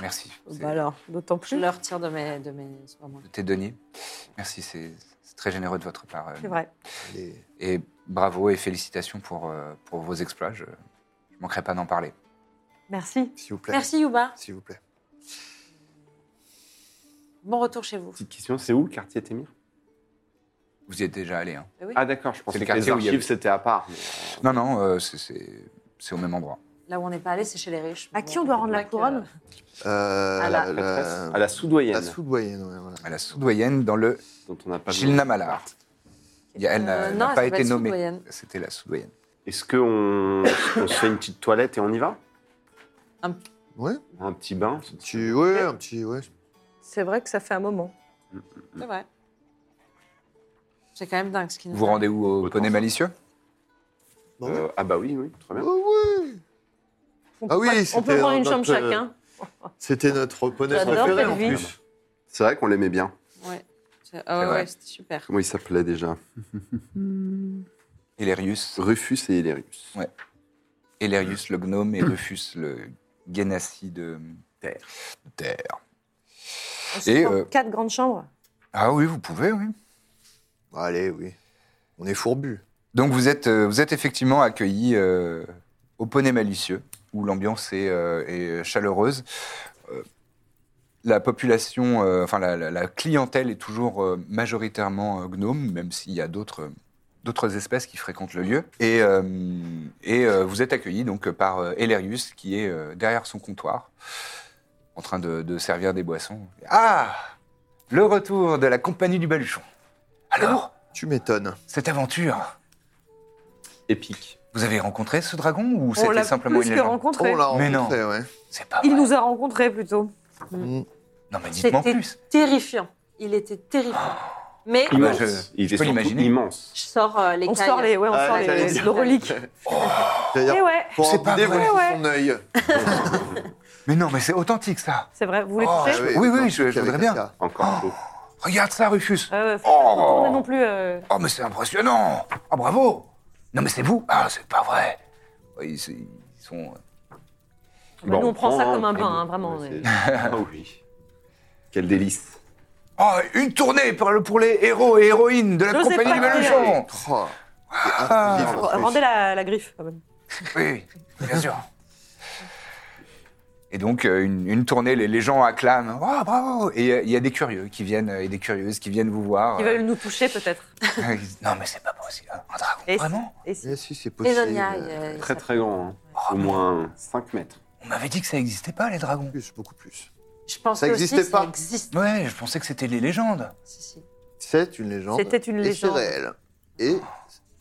S1: Merci. C'est
S3: Bah alors, d'autant
S6: Je
S3: plus.
S6: le retire de mes, de mes soins.
S1: de tes deniers. Merci, c'est c'est très généreux de votre part. euh,
S3: C'est vrai.
S4: Les-
S1: Et bravo et félicitations pour, euh, pour vos exploits. Je ne manquerai pas d'en parler.
S3: Merci.
S4: S'il vous plaît.
S6: Merci, Yuba.
S4: S'il vous plaît.
S6: Bon retour chez vous.
S2: Petite question, c'est où le quartier Témir
S1: Vous y êtes déjà allé. Hein.
S2: Ah, d'accord, je pensais
S1: le
S2: que les
S1: quartier où il y
S2: archives,
S1: avait-
S2: c'était à part.
S1: Non, non, euh, c'est- c'est c'est au même endroit.
S6: Là où on n'est pas allé, c'est chez les riches.
S3: À qui on doit rendre la couronne
S4: Euh,
S6: À la-
S2: à la soudoyenne,
S4: la soudoyenne, ouais, voilà.
S1: À la soudoyenne, dans le
S2: dont on n'a pas le nom.
S1: Chilnamalar. Il y a- Elle n'a
S6: Euh,
S1: elle
S6: non,
S1: n'a
S6: elle
S1: pas
S6: s'appelle
S1: été nommée.
S6: soudoyenne.
S1: C'était la soudoyenne.
S2: Est-ce qu'on on se fait une petite toilette et on y va
S4: Ouais,
S2: Un petit bain
S4: un petit, ouais, un petit, ouais.
S3: C'est vrai que ça fait un moment.
S6: C'est vrai. C'est quand même dingue ce qu'il
S1: Vous
S6: nous
S1: vous
S6: arrive.
S1: rendez où au
S2: Autant
S1: poney
S2: ça.
S1: malicieux
S4: Non,
S2: Euh, Ah, bah oui, oui, très bien.
S4: Oh, ouais.
S3: On
S4: Ah
S3: peut
S4: oui,
S3: pas- on
S4: c'était
S3: peut prendre une
S4: notre-
S3: chambre chacun.
S4: C'était notre poney
S3: J'adore
S4: préféré
S3: cette
S4: en
S3: vie.
S4: plus.
S2: C'est vrai qu'on l'aimait bien.
S6: Ouais. C'est- ah ouais,
S1: vrai.
S6: ouais, c'était super.
S2: Comment il s'appelait déjà
S1: Elerius.
S2: Rufus et Hilarius.
S1: Elerius le gnome et Rufus le Genasi de terre. De terre.
S3: On se
S1: Et,
S3: prend
S1: euh,
S3: quatre grandes chambres.
S1: Ah oui, vous pouvez, oui.
S4: Allez, oui. On est fourbus.
S1: Donc vous êtes, euh, vous êtes effectivement accueillis euh, au Poney Malicieux, où l'ambiance est, euh, est chaleureuse. Euh, La population, euh, enfin la, la- la clientèle est toujours euh, majoritairement euh, gnome, même s'il y a d'autres euh, d'autres espèces qui fréquentent le lieu. Et, euh, et euh, vous êtes accueillis donc par euh, Elerius, qui est euh, derrière son comptoir, en train de, de servir des boissons. Ah Le retour de la compagnie du Baluchon. Alors,
S4: Tu m'étonnes.
S1: cette aventure
S2: Épique.
S1: vous avez rencontré ce dragon ou
S3: On
S1: c'était
S3: l'a
S1: simplement
S3: plus
S1: une
S3: que
S1: légende
S3: rencontré.
S4: Oh, On l'a
S1: Mais
S4: rencontré,
S1: non.
S4: ouais.
S1: C'est pas
S3: Il
S1: vrai.
S3: nous a rencontrés plutôt.
S4: Mm.
S1: Non mais dites-moi
S6: C'était
S1: plus.
S6: Terrifiant. Il était terrifiant. Mais
S1: bah,
S2: Immense.
S1: je-
S2: il
S1: je
S2: était
S1: peux
S2: surtout
S1: l'imaginer.
S2: immense.
S6: je sors euh, les
S3: On
S6: cailles.
S3: sort les, ouais, on
S4: Ah,
S3: sort les,
S4: les cailles.
S3: nos reliques. Et
S4: D'ailleurs,
S3: Eh ouais, Eh
S4: pour
S1: C'est
S4: en
S1: pas
S4: dévoiler
S3: vrai.
S4: son œil. Ah
S1: Mais non, mais c'est authentique ça.
S3: c'est vrai. Vous voulez
S1: Oh,
S3: toucher
S1: je- oui, oui, je- je voudrais bien.
S2: Encore chaud.
S3: Ah
S1: Regarde ça, Rufus.
S3: Euh, faut
S1: Oh.
S3: pas trop tourner non plus. euh.
S1: Oh mais c'est impressionnant. Ah Oh, euh, bravo. Non mais c'est vous. Ah c'est pas vrai. Oui, c'est- Ils, sont.
S3: Bah, nous, on prend ça comme un bain,
S2: hein,
S3: hein, vraiment,
S2: Ouais,
S3: ouais.
S2: c'est- Ah oui. Quel délice.
S1: Oh, une tournée pour, le- pour les héros et héroïnes de la
S3: Joseph
S1: compagnie
S3: Paquet.
S1: Mélenchon.
S4: Oh, c'est incroyable, en plus.
S3: Ah. Rendez la, la griffe, quand même.
S1: Oui, oui, bien sûr. Et donc, euh, une, une tournée, les, les gens acclament « Oh, bravo !» Et il y a- il y, a des curieux qui viennent, euh, et des curieuses qui viennent vous voir.
S3: Ils veulent nous toucher, peut-être.
S1: Ils disent, Non, mais c'est pas possible. Un dragon,
S3: Et-
S1: vraiment
S3: Et si-
S4: Eh, si, c'est
S6: Les
S4: possible.
S6: Zonia,
S4: Euh,
S6: euh,
S2: Très
S6: ça-
S2: très grand. hein. Au moins 5 mètres.
S1: On m'avait dit que ça n'existait pas, les dragons.
S4: Plus, beaucoup plus.
S6: Je pense
S4: Ça
S6: que aussi,
S4: existait pas.
S6: Ça existe.
S1: Ouais, je pensais que c'était les légendes.
S6: Si, si.
S4: C'est une légende.
S3: C'était une
S4: Et c'est
S3: légende.
S4: réel. Et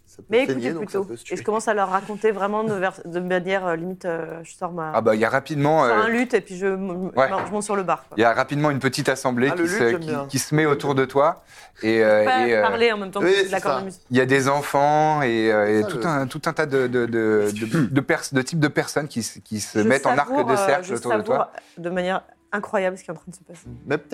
S4: ça peut
S3: Mais
S4: saigner,
S3: écoutez
S4: donc
S3: plutôt.
S4: ça peut se
S3: Et
S4: tuer.
S3: je commence à leur raconter vraiment de, vers- de manière euh, limite, euh, je sors ma.
S1: Ah bah, il y a rapidement...
S3: je sors
S1: euh,
S3: un luth et puis je, m-
S1: Ouais.
S3: je monte sur le bar. quoi.
S1: il y a rapidement une petite assemblée
S4: Ah,
S1: qui,
S4: le
S1: se,
S4: lutte, j'aime
S1: qui-
S4: bien.
S1: qui se met autour de toi. Et, euh,
S3: Pas
S1: et, euh,
S3: parler en même temps
S4: oui,
S3: que de la
S4: c'est ça.
S3: cornemuse.
S1: Il y a des enfants et, euh, et
S4: Ah,
S1: tout,
S4: le- Hmm.
S1: un, tout un tas de, de, de, de, de pers- de types de personnes qui, s- qui se
S3: Je
S1: mettent en arc
S3: savoure,
S1: de
S3: euh,
S1: cercle
S3: je
S1: autour de toi.
S3: savoure De manière incroyable ce qui est en train de se passer.
S4: Mais peut-être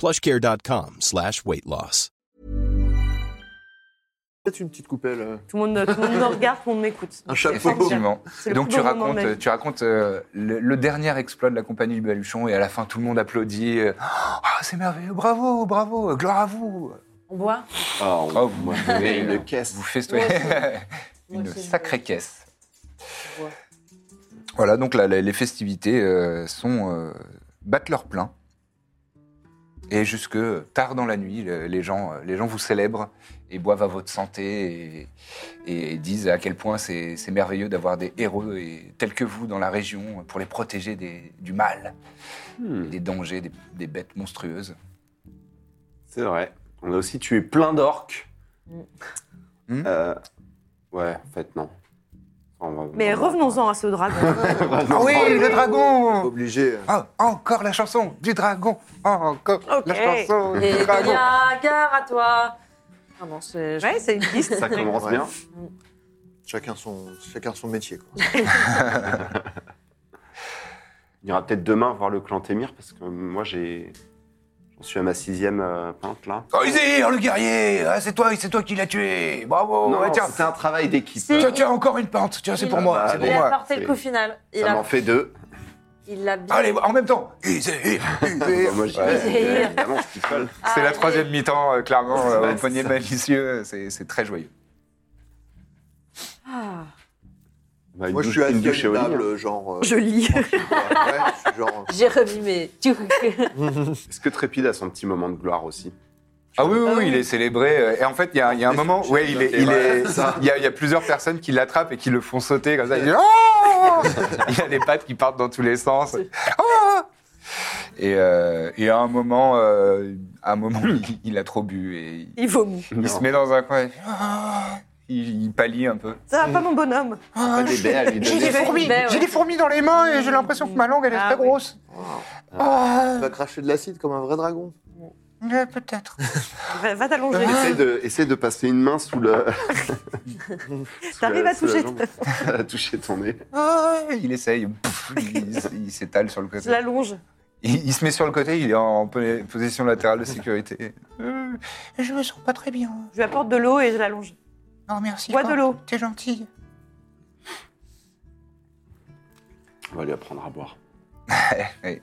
S7: plushcare.com slash weight loss.
S4: peut-être une petite coupelle. euh,
S3: Tout le monde, tout le monde me regarde, tout le monde m'écoute.
S4: Un chapeau.
S1: Effectivement.
S3: C'est le
S1: Donc
S3: plus
S1: tu
S3: beau moment de ma
S1: racontes,
S3: vie.
S1: tu racontes euh, le, le dernier exploit de la compagnie du Baluchon et à la fin tout le monde applaudit. euh, Ah, c'est merveilleux, bravo, bravo, gloire à vous.
S6: On boit
S2: Ah, on-
S1: Oh, vous
S2: moi, je
S1: buvez
S2: voulais
S1: une
S2: une caisse.
S1: Vous festoyez
S6: Moi
S1: une
S6: aussi, je
S1: sacrée
S6: bois.
S1: caisse.
S6: Je bois.
S1: Voilà, donc là, les les festivités euh, sont euh, battent leur plein. Et jusque tard dans la nuit, le- les gens, euh, les gens vous célèbrent et boivent à votre santé et, et disent à quel point c'est c'est merveilleux d'avoir des héros et- tels que vous dans la région pour les protéger des- du mal,
S2: Hmm,
S1: des dangers, des, des bêtes monstrueuses.
S2: C'est vrai. On a aussi tué plein d'orques.
S1: Hmm.
S2: Euh, ouais, en fait, non. On va-
S3: Mais
S2: on va-
S3: revenons-en à ce dragon.
S1: Ah oui, le dragon
S4: Obligé. euh,
S1: Ah, Encore la chanson du dragon Ah, Encore la
S3: Ok.
S1: chanson
S6: Et
S1: du dragon
S6: Delia, gare à toi Ah non, c'est...
S3: ouais, c'est une piste.
S2: Ça commence
S4: Ouais.
S2: bien.
S4: Chacun son, chacun son métier. Quoi.
S2: On ira peut-être demain voir le clan Témir parce que moi, j'ai. J'en suis à ma sixième euh, pinte là.
S1: Oh, Izir, le guerrier ah, C'est toi, c'est toi qui l'as tué Bravo
S2: non,
S1: ouais, Tiens,
S2: Oh, c'est un travail d'équipe.
S6: Si.
S1: tiens, tiens, encore une pente Tiens, c'est pour moi,
S2: bah,
S1: c'est pour
S6: Il a
S1: moi.
S6: porté
S2: c'est-
S6: le coup final. Il
S2: Ça
S6: a,
S2: m'en fait deux.
S6: il l'a bien.
S1: Allez, en même temps Izir, Izir.
S2: Bah, moi, j'y
S1: Ouais.
S2: vais,
S6: Ouais.
S2: bien évidemment, je piffole.
S6: Ah,
S1: C'est la
S6: il est-
S1: troisième mi-temps, euh, clairement, euh,
S2: Ouais,
S1: au
S2: c'est
S1: poignet
S2: ça.
S1: malicieux, c'est c'est très joyeux.
S2: Bah, une
S4: Moi, je
S2: douche-
S4: suis
S2: une
S4: assis à
S2: douche et
S4: une
S2: au lit,
S4: table,
S2: hein.
S4: genre. euh,
S3: Je lis.
S4: ouais, je suis genre. euh,
S6: J'ai revu mes. Tu-
S2: Est-ce que Trépide a son petit moment de gloire aussi
S1: Ah oui, oui, oui, il est célébré. euh, Et en fait, il y a, il y a un moment, ouais, il est, il est, il y a, il y a plusieurs personnes qui l'attrapent et qui le font sauter comme ça. Il, dit, Oh il y a des pattes qui partent dans tous les sens. Oh et, euh, et à un moment, euh, à un moment, il, il a trop bu et il-
S3: Il vomit.
S1: il, se met dans un coin. et- Il, il pâlit un peu.
S3: Ça va pas, mon bonhomme.
S2: Pas des baies à lui
S6: J'ai
S2: donner.
S6: des fourmis, ouais.
S1: J'ai des fourmis dans les mains et j'ai l'impression que ma langue elle est
S3: Ah
S1: très
S3: oui.
S1: grosse.
S4: Tu
S6: Ah.
S4: vas cracher de l'acide comme un vrai dragon.
S1: Ouais, Peut-être.
S3: Va, va t'allonger.
S2: Essaye de, essaie de passer une main sous le. sous
S3: T'arrives
S2: la-
S3: à
S2: sous la
S3: toucher
S2: jambe. à toucher ton nez.
S1: Ah, il essaye. Pouf, il il s'étale sur le côté.
S3: Je l'allonge.
S1: Il, il se met sur le côté, il est en po- position latérale de sécurité. Euh, je me sens pas très bien.
S3: Je lui apporte de l'eau et je l'allonge.
S1: Non, merci.
S3: Bois
S1: pas.
S3: de l'eau.
S1: T'es gentil.
S2: On va lui apprendre à boire.
S1: oui.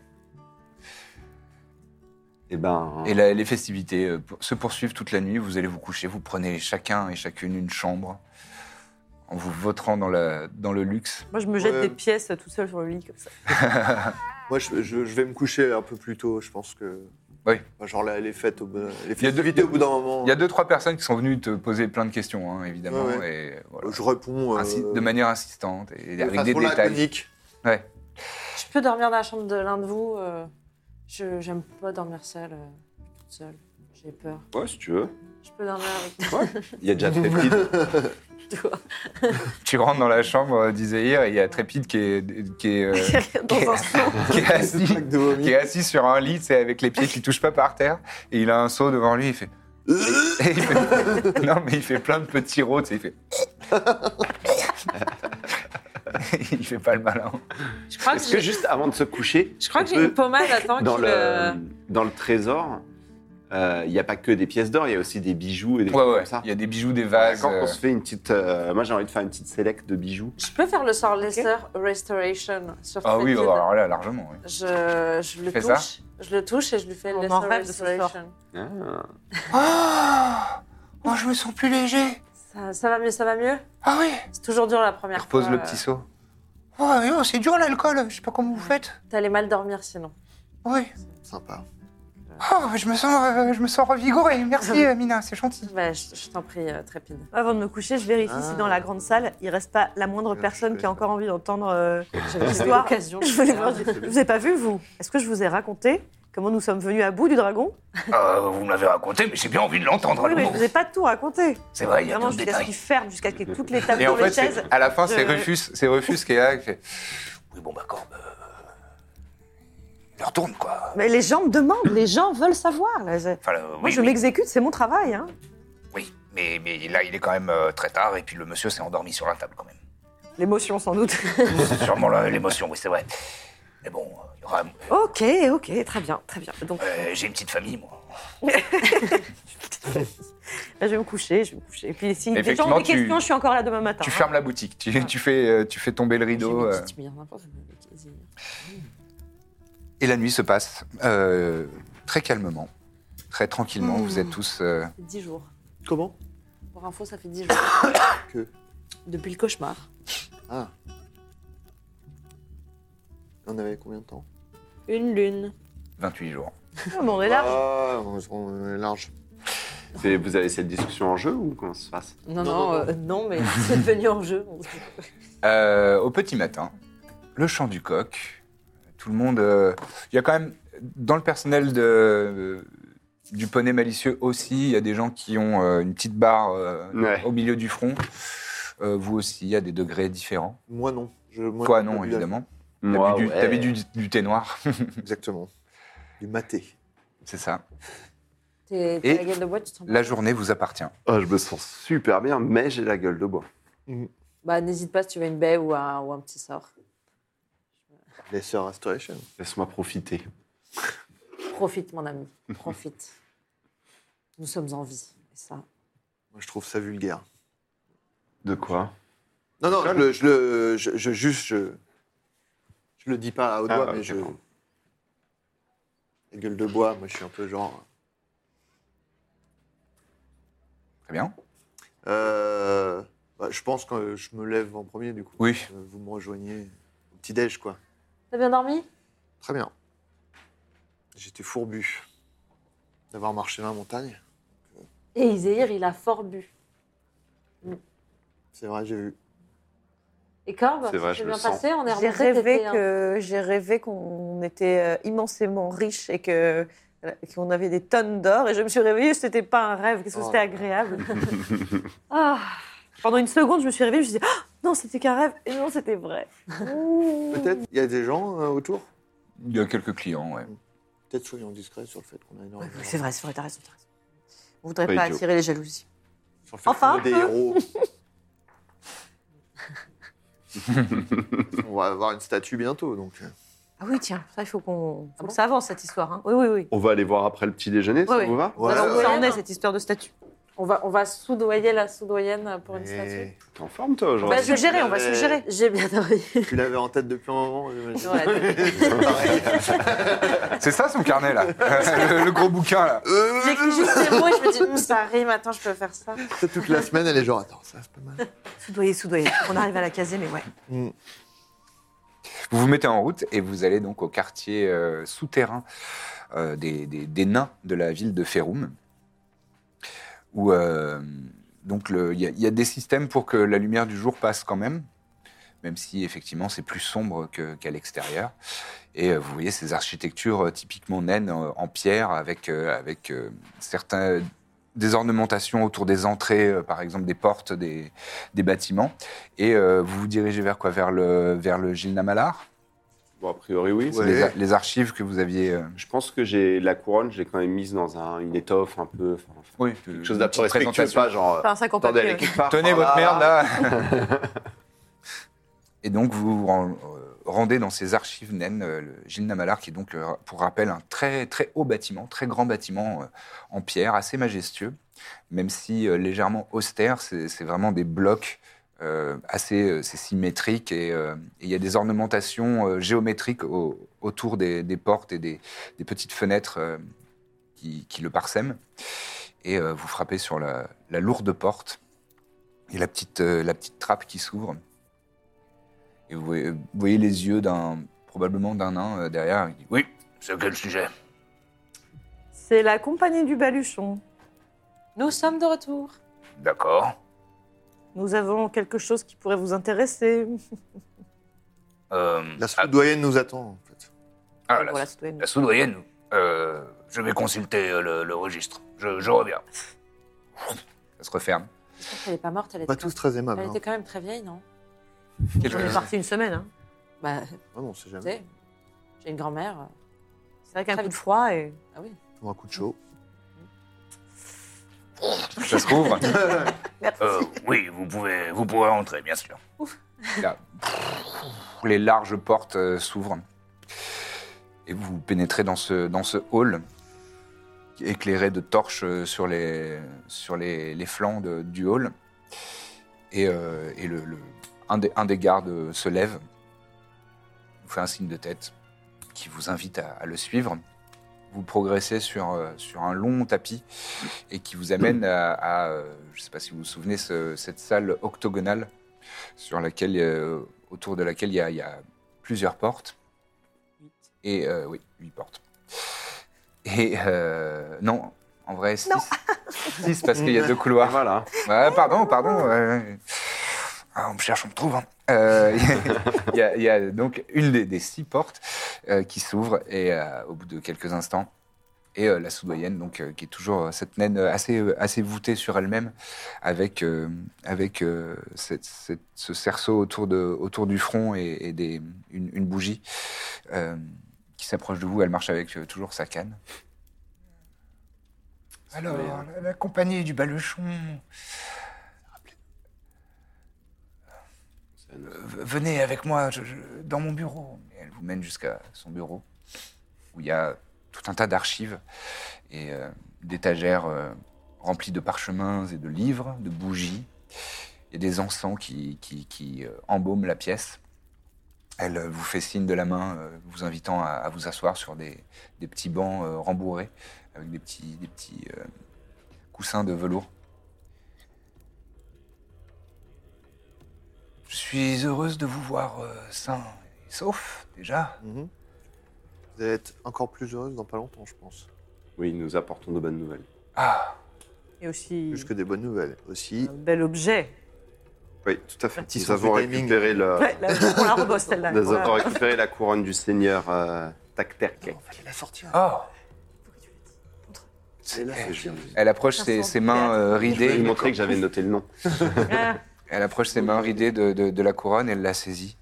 S2: Et ben.
S1: Et la- les festivités euh, pour- se poursuivent toute la nuit. Vous allez vous coucher, vous prenez chacun et chacune une chambre en vous vautrant dans, la- dans le luxe.
S3: Moi, je me jette
S4: Ouais.
S3: des pièces tout seul sur le lit comme ça.
S4: Moi, je, je- je vais me coucher un peu plus tôt, je pense que.
S1: Oui.
S4: Enfin, genre la- les fêtes au bout d'un- les
S1: Il y a deux-
S4: festivités au bout d'un moment.
S1: Il y a deux, trois personnes qui sont venues te poser plein de questions, hein, évidemment.
S4: Ouais, ouais.
S1: Et voilà.
S4: Je réponds. euh,
S1: Ainsi- de manière insistante et
S4: de
S1: avec des
S4: façon
S1: détails.
S4: laconique.
S1: Ouais.
S6: Je peux dormir dans la chambre de l'un de vous. euh, je j'aime pas dormir seule, euh, toute seule. J'ai peur.
S2: Ouais, si tu veux.
S6: Je peux dormir avec.
S2: Il y a déjà Trépide.
S6: tu vois.
S1: Tu rentres dans la chambre d'Isaïr et il y a Trépide qui est, qui est, euh,
S6: Dans un saut.
S1: qui est
S4: Cette
S1: assis,
S4: plaque de vomi.
S1: qui est assis sur un lit, c'est avec les pieds qui touchent pas par terre. Et il a un seau devant lui, il fait. et il fait- non, mais il fait plein de petits rôles, tu sais, il fait. il fait pas le malin.
S6: Je crois que,
S2: Est-ce que
S6: j'ai-
S2: juste avant de se coucher,
S6: je crois que
S2: on
S6: j'ai une
S2: peut-
S6: pommade, attends,
S2: dans
S6: qui
S2: le,
S6: le...
S2: dans le trésor, euh, il n'y a pas que des pièces d'or, il y a aussi des bijoux et des
S1: Ouais,
S2: trucs
S1: ouais,
S2: comme ça.
S1: il y a des bijoux, des
S2: Ouais,
S1: vases.
S2: Quand on
S1: euh,
S2: se fait une petite, euh, moi j'ai envie de faire une petite sélecte de bijoux.
S6: Je peux faire le sort Lesser Restoration sur
S1: Ah oui,
S6: Fredkin.
S1: alors là, largement. oui.
S6: Je, je le
S1: Fais
S6: touche.
S1: ça.
S6: Je le touche et je lui fais
S3: On
S6: Lesser
S3: en rêve de ce
S6: Restoration.
S2: Ah.
S1: Oh, je me sens plus léger.
S6: Ça, ça va mieux, ça va mieux
S1: Ah oui.
S6: C'est toujours dur la première fois.
S3: Euh,
S1: Repose le petit seau. Oh, c'est dur l'alcool. Je sais pas comment vous faites.
S6: T'allais mal dormir sinon.
S1: Oui.
S4: Sympa.
S1: Oh, je me sens, je me sens revigoré. Merci, euh, Mina, c'est gentil.
S6: Bah, je, je t'en prie, euh, Trépide.
S3: Avant de me coucher, je vérifie si dans la grande salle, il reste pas la moindre
S4: je
S3: personne
S4: fais
S3: qui a
S4: ça.
S3: encore envie d'entendre euh, Ah,
S6: J'avais jamais
S3: Histoire.
S6: l'occasion.
S3: Je voulais voir- Je vous ai pas vu, vous Est-ce que je vous ai raconté comment nous sommes venus à bout du dragon
S1: Euh, vous me l'avez raconté, mais j'ai bien envie de l'entendre.
S3: Oui,
S1: alors.
S3: mais je vous ai pas tout raconté.
S1: C'est vrai, il y a
S3: Vraiment,
S1: plein de
S3: jusqu'à ce qu'il
S1: détails.
S3: ferme, jusqu'à ce qu'il y ait toutes les tables
S1: Et en
S3: sur
S1: fait,
S3: les
S1: c'est-
S3: chaises.
S1: à la fin, c'est
S3: Je-
S1: Rufus, c'est Rufus qui est là. qui fait, Oui, bon, bah quand, euh, leur tourne quoi.
S3: Mais les gens me demandent, les gens veulent savoir. là. Je-
S1: Enfin, euh,
S3: Moi,
S1: oui,
S3: je
S1: oui,
S3: m'exécute, c'est mon travail. hein.
S1: oui. mais mais là, il est quand même euh, très tard, et puis le monsieur s'est endormi sur la table quand même.
S3: L'émotion, sans doute.
S1: C'est sûrement la- l'émotion, oui, c'est vrai. Mais bon, euh, il y aura-
S3: ok, ok, très bien, très bien. Donc,
S1: euh, j'ai une petite famille, moi.
S3: là, je vais me coucher, je vais me coucher. Et puis, si des gens
S1: Effectivement,
S3: ont des
S1: tu-
S3: questions, je suis encore là demain matin.
S1: Tu
S3: hein.
S1: fermes la boutique, tu, tu fais, euh, tu fais tomber le rideau. euh.
S6: hein,
S1: Et la nuit se passe euh, très calmement, très tranquillement. Vous êtes tous. euh,
S6: 10 jours.
S4: Comment
S6: Pour info, ça fait 10 jours.
S4: Que
S6: Depuis le cauchemar.
S4: Ah. On avait combien de temps
S6: Une lune.
S1: 28 jours.
S3: Ah, bon, on est là.
S4: Ah, on on est large.
S2: C'est- Vous avez cette discussion en jeu ou comment ça se passe
S6: Non, non, non, euh, non, mais c'est venu en jeu.
S1: Euh, au petit matin, le chant du coq, tout le monde... euh, Il y a quand même, dans le personnel de, du poney malicieux aussi, il y a des gens qui ont euh, une petite barre euh,
S2: Ouais.
S1: au milieu du front. Euh, vous aussi, il y a des degrés différents.
S4: Moi non. Je, moi,
S1: Toi
S4: j'ai pas
S1: non,
S4: bu
S1: évidemment. T'as
S2: Moi,
S1: bu, du-
S2: ouais.
S1: t'as bu du, du thé noir,
S4: d'alcool. Exactement. Du maté.
S1: c'est ça.
S6: T'es
S1: Et
S6: t'as la gueule de bois, tu te sens
S1: La journée vous appartient.
S2: Ah, je me sens super bien, mais j'ai la gueule de bois.
S6: Bah, n'hésite pas si tu veux une baie ou un, ou un petit sort.
S4: Les sœurs Restoration.
S2: Laisse-moi profiter.
S6: Profite, mon ami. Profite. Nous sommes en vie. Et ça,
S4: Moi, je trouve ça vulgaire.
S2: De quoi
S4: Non, non, je, le, je, le, je, je- juste, je, je le dis pas à haute
S2: Ah,
S4: voix,
S2: ok,
S4: mais je.
S2: pardon.
S4: La gueule de bois, moi, je suis un peu genre.
S1: Très bien.
S4: Euh, bah, je pense que euh, je me lève en premier, du coup.
S1: Oui.
S4: Euh, Vous me rejoignez au petit-déj, quoi.
S6: T'as bien dormi
S4: Très bien. J'étais fourbu d'avoir marché dans la montagne.
S6: Et Iséir, il a fort bu.
S4: C'est vrai, j'ai vu.
S6: Et Corbe,
S2: C'est vrai,
S6: c'est
S2: je
S6: bien
S2: le sens.
S6: passé, on est
S3: J'ai
S6: remonté.
S3: rêvé
S6: t'étais hein. un-
S3: que j'ai rêvé qu'on était euh, immensément riche et que voilà, qu'on avait des tonnes d'or et je me suis réveillée, c'était pas un rêve, qu'est-ce que
S4: Oh.
S3: c'était agréable. Ah. Pendant une seconde, je me suis réveillée, je me suis dit Ah, non, c'était qu'un rêve et non, c'était vrai.
S4: Peut-être, il y a des gens euh, autour
S1: Il y a quelques clients, ouais.
S4: Peut-être soyons discrets sur le fait qu'on a énormément.
S3: C'est vrai, c'est vrai, t'as raison, t'as raison. On voudrait
S2: Pas
S3: pas
S2: idiot.
S3: attirer les jalousies.
S4: Sur le fait
S3: Enfin,
S4: qu'on est des
S3: un peu.
S4: héros. On va avoir une statue bientôt, donc. euh,
S3: Ah oui, tiens, ça il faut qu'on faut que ça avance cette histoire. hein. Oui, oui, oui.
S2: On va aller voir après le petit déjeuner, ça
S3: Ouais,
S2: vous
S3: ouais.
S2: va
S4: Ouais,
S3: Alors, où
S4: ouais.
S3: ça en est cette histoire de statue
S6: On va, on va soudoyer la soudoyenne pour une statue.
S4: Mais
S2: T'es en forme toi
S6: On
S3: Bah,
S2: aujourd'hui
S6: va
S4: tu
S6: suggérer, on va
S4: l'avais-
S6: suggérer. J'ai bien dormi.
S4: Tu l'avais en tête depuis un moment, j'imagine.
S6: Ouais.
S4: C'est pareil.
S1: C'est ça son carnet, là le, le gros bouquin, là
S4: Euh,
S6: J'écris juste ces mots et je me dis, Hum, ça rime, attends, je peux faire ça.
S4: ça, toute la semaine, elle est genre, attends, ça, c'est pas mal.
S3: Soudoyer, soudoyer. On arrive à la caser, mais ouais.
S1: Vous vous mettez en route et vous allez donc au quartier euh, souterrain euh, des, des- des nains de la ville de Ferrum. Où euh, donc le- il y, a- il y a des systèmes pour que la lumière du jour passe quand même, même si effectivement c'est plus sombre que- qu'à l'extérieur. Et euh, vous voyez ces architectures euh, typiquement naines euh, en pierre avec, euh, avec euh, certains des ornementations autour des entrées, euh, par exemple des portes des, des bâtiments. Et euh, vous vous dirigez vers quoi vers le, vers le Gilles Namalar
S2: Bon, a priori, oui.
S1: C'est
S2: c'est
S1: les,
S2: des-
S1: a- les archives que vous aviez. euh,
S2: Je pense que j'ai la couronne, je l'ai quand même mise dans un, une étoffe un peu. enfin,
S1: oui,
S2: quelque chose
S1: une
S2: d'un peu
S1: petite
S2: respectueux,
S1: présentation.
S2: pas genre.
S3: Enfin, un sac en
S2: Attendez, elle
S3: papier.
S2: est quelque part.
S1: Tenez
S2: par
S1: votre
S2: là.
S1: merde là Et donc vous vous ren- euh, rendez dans ces archives naines, euh, le Gilles Namalar, qui est donc, euh, pour rappel, un très, très haut bâtiment, très grand bâtiment euh, en pierre, assez majestueux, même si euh, légèrement austère, c'est c'est vraiment des blocs euh, assez euh, c'est symétrique et euh, et il y a des ornementations euh, géométriques au- autour des, des portes et des, des petites fenêtres euh, qui, qui le parsèment. Et euh, vous frappez sur la, la lourde porte et la petite, euh, la petite trappe qui s'ouvre. Et vous voyez, vous voyez les yeux d'un probablement d'un nain euh, derrière. Il dit, oui, c'est quel sujet
S3: C'est la compagnie du baluchon.
S6: Nous sommes de retour.
S1: D'accord.
S3: Nous avons quelque chose qui pourrait vous intéresser.
S1: Euh,
S4: La soudoyenne nous attend, en fait.
S1: ah,
S3: Voilà, citoyenne.
S1: La soudoyenne, euh, je vais consulter euh, le, le registre. Je, je reviens. Ça se referme.
S6: J'espère qu'elle n'est pas morte, elle était,
S4: Pas tous très aimables.
S6: elle
S4: hein.
S6: était quand même très vieille, non
S3: On est parti une semaine. hein.
S6: Bah,
S4: Ah non, c'est
S6: tu
S4: jamais.
S6: sais, j'ai une grand-mère.
S3: C'est vrai qu'un
S6: Très
S3: coup de
S6: vite.
S3: froid et.
S6: Ah oui.
S4: Ou un coup de chaud.
S1: Ça se rouvre.
S3: Merci.
S1: Euh, oui, vous pouvez, vous pourrez entrer, bien sûr. Là, les larges portes euh, s'ouvrent. Et vous pénétrez dans ce, dans ce hall éclairé de torches euh, sur les, sur les, les flancs de- du hall. Et, euh, et le, le- un, des, un des gardes euh, se lève, vous fait un signe de tête qui vous invite à, à le suivre. Vous progressez sur, euh, sur un long tapis et qui vous amène à, à, euh, je ne sais pas si vous vous souvenez, ce- cette salle octogonale sur laquelle, euh, autour de laquelle il y, a- il y a plusieurs portes. Et euh, oui, huit portes. Et euh, non, en vrai, six. Six parce qu'il y a deux couloirs.
S2: Voilà.
S1: Ouais, pardon, pardon. euh, ah, on me cherche, on me trouve. hein. Euh, Il y, a- il y a donc une des, des six portes euh, qui s'ouvre et euh, au bout de quelques instants. Et euh, la soudoyenne, donc, euh, qui est toujours euh, cette naine euh, assez, euh, assez voûtée sur elle-même, avec, euh, avec euh, cette- cette- ce cerceau autour, de, autour du front et, et des, une, une bougie euh, qui s'approche de vous. Elle marche avec euh, toujours sa canne. Alors, la, la compagnie du baluchon, V- venez avec moi je- je- dans mon bureau. Et elle vous mène jusqu'à son bureau, où il y a tout un tas d'archives et euh, d'étagères euh, remplies de parchemins et de livres, de bougies. Il y a des encens qui, qui, qui, euh, embaument la pièce. Elle euh, vous fait signe de la main, euh, vous invitant à, à vous asseoir sur des, des petits bancs euh, rembourrés, avec des petits, des petits euh, coussins de velours. Je suis heureuse de vous voir euh, sain et sauf, déjà.
S4: Mhm. Vous allez être encore plus heureuse dans pas longtemps, je pense.
S2: Oui, nous apportons de bonnes nouvelles.
S1: Ah,
S3: Et aussi.
S4: Plus que des bonnes nouvelles. Aussi,
S3: Un bel objet.
S2: Oui, tout à fait.
S4: Petit
S2: Nous
S4: sens
S2: avons
S4: du timing.
S2: récupéré, le-
S3: Ouais, là, on la rebosse celle-là.
S2: nous avons
S3: Voilà.
S2: récupéré la couronne du seigneur euh, Takterke.
S4: la sortie.
S1: oh.
S4: là,
S1: Elle- Elle approche ses, ses mains euh,
S2: Je vais lui
S1: ridées.
S2: montrer que j'avais noté le nom.
S3: Ah,
S1: Elle approche ses mains ridées de, de- de la couronne. Elle la saisit.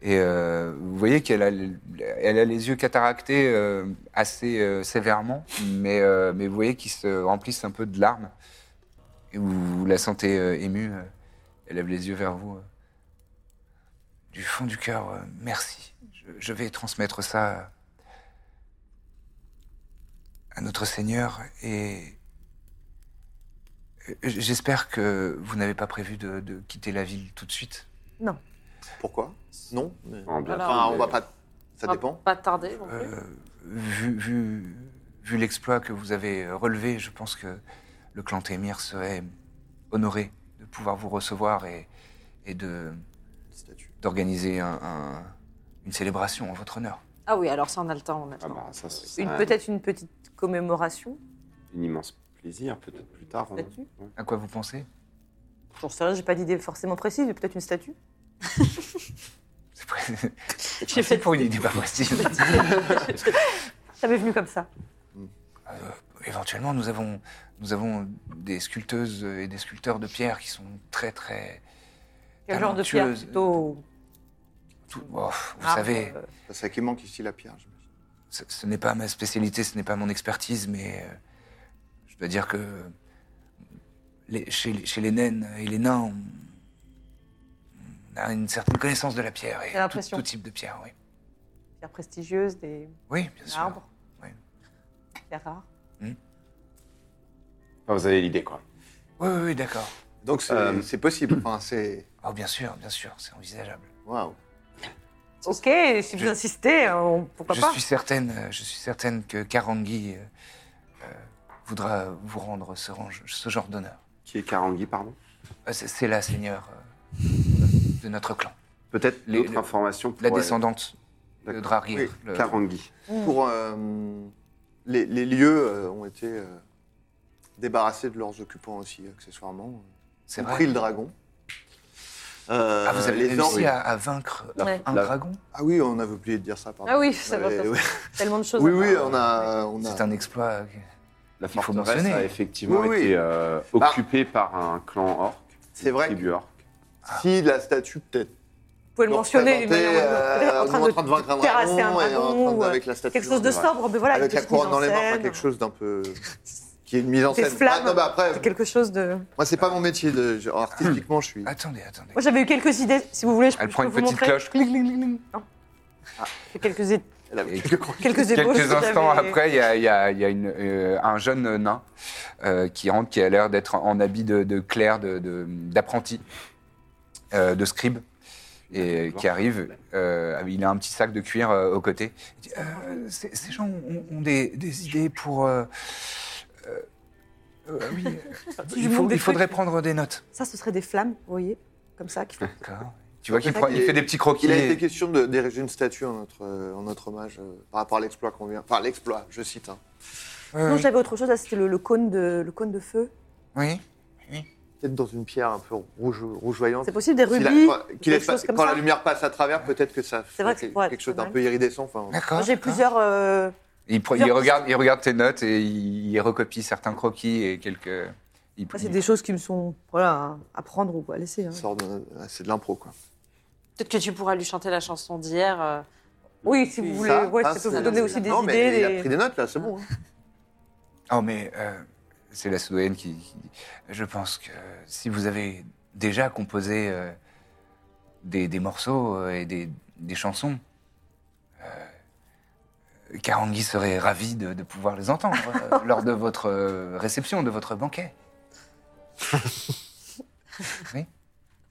S1: Et euh, vous voyez qu'elle a, l- elle a les yeux cataractés euh, assez euh, sévèrement, mais, euh, mais vous voyez qu'ils se remplissent un peu de larmes. Et vous, vous la sentez euh, émue. euh, Elle lève les yeux vers vous. euh. Du fond du cœur, euh, merci. Je, je vais transmettre ça euh, à notre Seigneur et J- j'espère que vous n'avez pas prévu de, de quitter la ville tout de suite.
S4: Pourquoi Non. mais-
S2: En bien
S6: Voilà.
S4: Enfin, Ah, on Ah. va pas. Ça
S6: On va
S4: dépend.
S6: Pas tarder non plus.
S1: Euh, vu vu, vu l'exploit que vous avez euh, relevé, je pense que le clan Témir serait honoré de pouvoir vous recevoir et, et de
S4: Statue.
S1: d'organiser un- un- une célébration en votre honneur.
S6: Ah oui, alors ça, on a le temps. On a le
S2: Ah
S6: temps.
S2: bah, ça, c'est
S3: une-
S2: un-
S3: Peut-être une petite commémoration.
S2: un immense plaisir, peut-être plus tard. hein.
S3: Statue
S2: Ouais.
S1: À quoi vous pensez
S3: J'en sais rien, j'ai pas d'idée forcément précise, mais peut-être une statue.
S1: C'est pas- C'est pour une idée pas possible.
S3: Ça m'est venu comme ça.
S1: Euh, éventuellement, nous avons, nous avons des sculpteuses et des sculpteurs de pierre qui sont très, très.
S3: Quel genre de pierre
S1: talentueuses.
S3: plutôt
S1: Tout- oh, vous
S3: arbre,
S1: savez,
S3: euh,
S4: C'est ça qui manque ici, la pierre, j'imagine.
S1: ce, ce n'est pas ma spécialité, ce n'est pas mon expertise, mais euh, je dois dire que les- chez, les- chez les naines et les nains, on, on a une certaine connaissance de la pierre et
S3: J'ai
S1: tout,
S3: l'impression.
S1: tout type de pierre, oui.
S3: Pierre prestigieuse, des
S1: Oui, bien sûr.
S3: arbres.
S1: Oui.
S3: Pierre rare.
S2: Enfin, vous avez l'idée, quoi.
S1: Oui, oui, oui, d'accord.
S4: Donc c'est
S2: Euh,
S4: c'est possible. Enfin, c'est.
S1: Oh, bien sûr, bien sûr, c'est envisageable.
S4: Waouw.
S3: Ok, si vous
S1: Je-
S3: insistez, on- pourquoi
S1: je
S3: pas
S1: suis certaine, euh, je suis certaine que Karangi euh, euh, voudra vous rendre ce, range- ce genre d'honneur.
S2: Qui est Karangui, pardon
S1: Euh, c'est- C'est la seigneur euh, de notre clan,
S2: Peut-être
S1: Les-
S2: d'autres
S1: le-
S2: informations pour...
S1: la descendante de
S2: D'accord.
S1: Drarir.
S4: Oui,
S1: le-
S2: Karangui.
S4: Pour euh, les, les lieux euh, ont été euh, débarrassés de leurs occupants aussi, accessoirement.
S1: c'est
S4: Ils ont
S1: vrai.
S4: pris le dragon. Euh,
S1: Ah, vous avez
S4: les
S1: réussi
S4: orques-
S1: à, à vaincre
S2: La-
S3: Ouais.
S1: un
S2: la-
S1: dragon
S4: Ah oui, on avait oublié de dire ça. Pardon.
S3: Ah oui, ça va,
S4: Ouais,
S3: ça va.
S4: ouais.
S3: Tellement de choses.
S4: Oui,
S3: à
S4: oui,
S3: faire.
S4: on a, on
S1: C'est
S4: a.
S1: un exploit. euh,
S2: La
S1: faut
S2: forteresse
S1: mentionner.
S2: a effectivement
S4: Oui, oui.
S2: été euh,
S4: Bah.
S2: occupée par un clan orc.
S4: C'est vrai
S2: Tribu orc.
S4: Ah. Si la statue peut-être.
S3: Vous pouvez le
S4: nous
S3: mentionner d'une
S4: représentait,
S3: manière ou d'une autre. Peut-être
S4: euh, nous, en train de vaincre un
S3: terrasser
S4: dragon et en
S3: dragon
S4: train
S3: ou,
S4: de- avec
S3: euh,
S4: la statue,
S3: Quelque chose
S4: on
S3: de
S4: dirait.
S3: sobre, mais voilà.
S4: avec la
S3: des
S4: couronne
S3: mises
S4: dans les mains,
S3: scène,
S4: enfin, quelque chose d'un peu. qui est une mise en
S3: Des
S4: scène.
S3: flammes.
S4: Ah, non, bah, après,
S3: Quelque chose de.
S4: moi, c'est pas mon métier. De... je- Artistiquement, je suis.
S1: Attendez, attendez.
S3: Moi, j'avais eu quelques idées. Si vous voulez, je,
S1: Elle
S3: je
S1: prend
S3: peux
S1: une
S3: vous
S1: petite
S3: montrer
S1: cloche. Cling, cling, cling, cling.
S3: J'ai quelques, é-
S4: Elle avait
S1: Et-
S4: quelques croquettes.
S3: quelques ébauches.
S1: Quelques
S3: que
S1: instants
S3: j'avais-
S1: après, il y a, il y a- il y a une, euh, un jeune nain euh, qui rentre, qui a l'air d'être en habit de, de clerc, de- de- d'apprenti, de, de scribe,
S4: Ah,
S1: et qui arrive. euh, il a un petit sac de cuir euh, au côté. Il dit, Euh, ces, ces gens ont, ont des, des idées pour. euh, euh, euh, oui, euh,
S3: lui
S1: il,
S3: montres
S1: faut-
S3: des
S1: il faudrait
S3: trucs.
S1: prendre des notes.
S3: Ça, ce serait des flammes, vous voyez, comme ça. Qui font...
S1: D'accord. Tu vois qu'il
S4: fait,
S1: prend- il
S4: il est-
S1: fait des petits croquis.
S4: Il a
S1: et-
S4: été question de d'ériger une statue en notre, euh, en notre hommage euh, par rapport à l'exploit qu'on vient. Enfin, l'exploit, je cite. hein.
S1: Ouais,
S3: Non,
S1: ouais.
S3: j'avais autre chose. là, C'était le, le cône de le cône de feu.
S1: Oui.
S4: Peut-être dans une pierre un peu rouge, rougeoyante.
S3: C'est possible des
S4: S'il a-
S3: rubis,
S4: quand- qu'il
S3: des
S4: ait pas-
S3: choses comme
S4: quand
S3: ça.
S4: la lumière passe à travers, peut-être que ça fait
S3: C'est vrai que ça pourrait être
S4: quelque chose
S3: pas
S4: d'un
S3: mal.
S4: peu iridescent. Enfin,
S1: D'accord.
S3: Moi, J'ai plusieurs. euh,
S1: Il, pre- il,
S3: Plusieurs
S1: regarde, il regarde tes notes et il, il recopie certains croquis et quelques. il-
S3: ah, c'est
S1: il-
S3: des choses qui me sont voilà à à prendre ou à laisser. hein.
S4: ça sort de- ah, c'est de l'impro, quoi.
S6: Peut-être que tu pourras lui chanter la chanson d'hier. euh,
S3: Oui, si vous voulez,
S4: Ça,
S3: ouais,
S4: hein,
S3: ça peut
S4: c'est-
S3: vous donner aussi des
S4: non,
S3: idées.
S4: mais il
S3: des-
S4: a pris des notes, là, c'est bon. hein.
S1: Oh, mais euh, c'est la soudoyenne qui, qui- Je pense que si vous avez déjà composé euh, des, des morceaux euh, et des, des chansons, euh, Karangi serait ravi de, de pouvoir les entendre euh, lors de votre euh, réception, de votre banquet.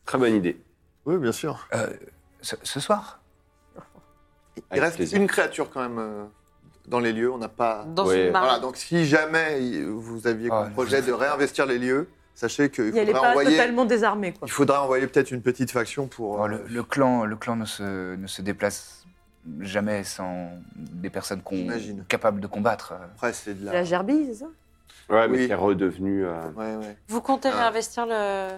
S2: Très bonne idée.
S4: Oui, bien sûr.
S1: Euh, ce, ce soir
S4: Il
S2: Avec
S4: reste
S2: plaisir.
S4: une créature quand même euh, dans les lieux. On n'a pas.
S6: Dans
S2: Ouais.
S6: une marée.
S4: Voilà, donc si jamais il- vous aviez
S1: Ah,
S4: comme projet de réinvestir les lieux, sachez qu'il
S3: Il n'y allait
S4: faudrait
S3: pas
S4: envoyer.
S3: totalement désarmé, quoi.
S4: Il faudra envoyer peut-être une petite faction pour.
S1: Oh,
S4: euh,
S1: le, le clan, le clan ne, se, ne se déplace jamais sans des personnes qu'on-
S4: J'imagine.
S1: capables de combattre.
S4: Après, c'est de la.
S3: La gerbille, c'est ça
S2: Ouais, mais
S4: Oui.
S2: c'est redevenu... euh,
S4: Ouais, ouais.
S6: Vous comptez
S4: Ah.
S6: réinvestir le.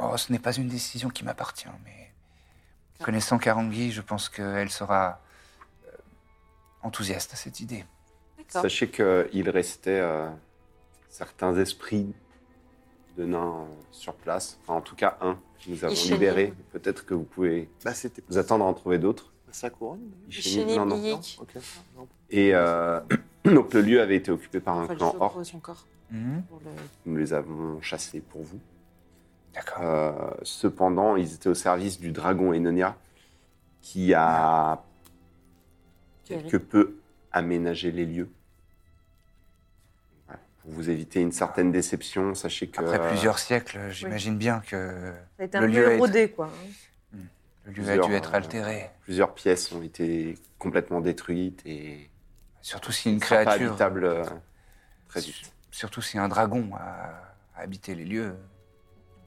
S1: Oh, ce n'est pas une décision qui m'appartient, mais connaissant Karangi, je pense qu'elle sera euh, enthousiaste à cette idée.
S6: D'accord.
S2: Sachez qu'il restait euh, certains esprits de nains euh, sur place, enfin en tout cas un que nous avons
S6: Ishenib.
S2: libéré. Peut-être que vous pouvez
S4: Bah, c'était
S2: vous attendre à en trouver d'autres.
S4: pas sa couronne. d'ailleurs
S2: Ishenib,
S6: Ishenib,
S2: non, non.
S6: Iyik.
S4: Non, ok. Non.
S2: Et euh, donc le lieu avait été occupé par un
S6: Enfin,
S2: clan
S6: je
S2: orc.
S6: pose son corps
S1: Mhm,
S6: pour le.
S2: Nous les avons chassés pour vous.
S1: D'accord.
S2: Euh, cependant, ils étaient au service du dragon Enonia, qui
S6: Ah.
S2: a quelque peu aménagé les lieux. Voilà. Pour vous éviter une certaine déception, sachez que... euh,
S1: Après plusieurs siècles, j'imagine bien que
S3: Ça a été un
S1: Le lieu
S3: peu
S1: est-
S3: érodé, quoi. hein.
S1: le lieu a
S2: Plusieurs,
S1: dû être
S2: euh,
S1: altéré.
S2: plusieurs pièces ont été complètement détruites et
S1: Surtout si une
S2: pas
S1: créature,
S2: habitables euh, très vite.
S1: surtout si un dragon a a habité les lieux,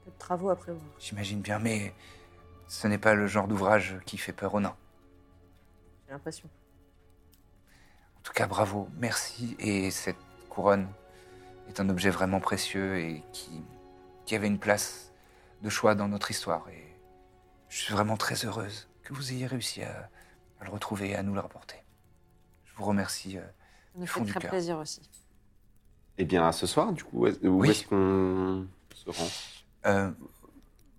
S3: Peu de travaux après. voir.
S1: j'imagine bien. Mais ce n'est pas le genre d'ouvrage qui fait peur aux nains.
S3: J'ai l'impression.
S1: En tout cas, bravo, merci. Et cette couronne est un objet vraiment précieux et qui, qui avait une place de choix dans notre histoire. Et je suis vraiment très heureuse que vous ayez réussi à, à le retrouver et à nous le rapporter. Je vous remercie. euh,
S6: Ça nous
S1: Du
S6: fait
S1: fond du
S6: très
S1: cœur.
S6: plaisir aussi.
S2: Eh bien, à ce soir, du coup, est- où
S1: Oui.
S2: est-ce qu'on se rend
S1: Euh,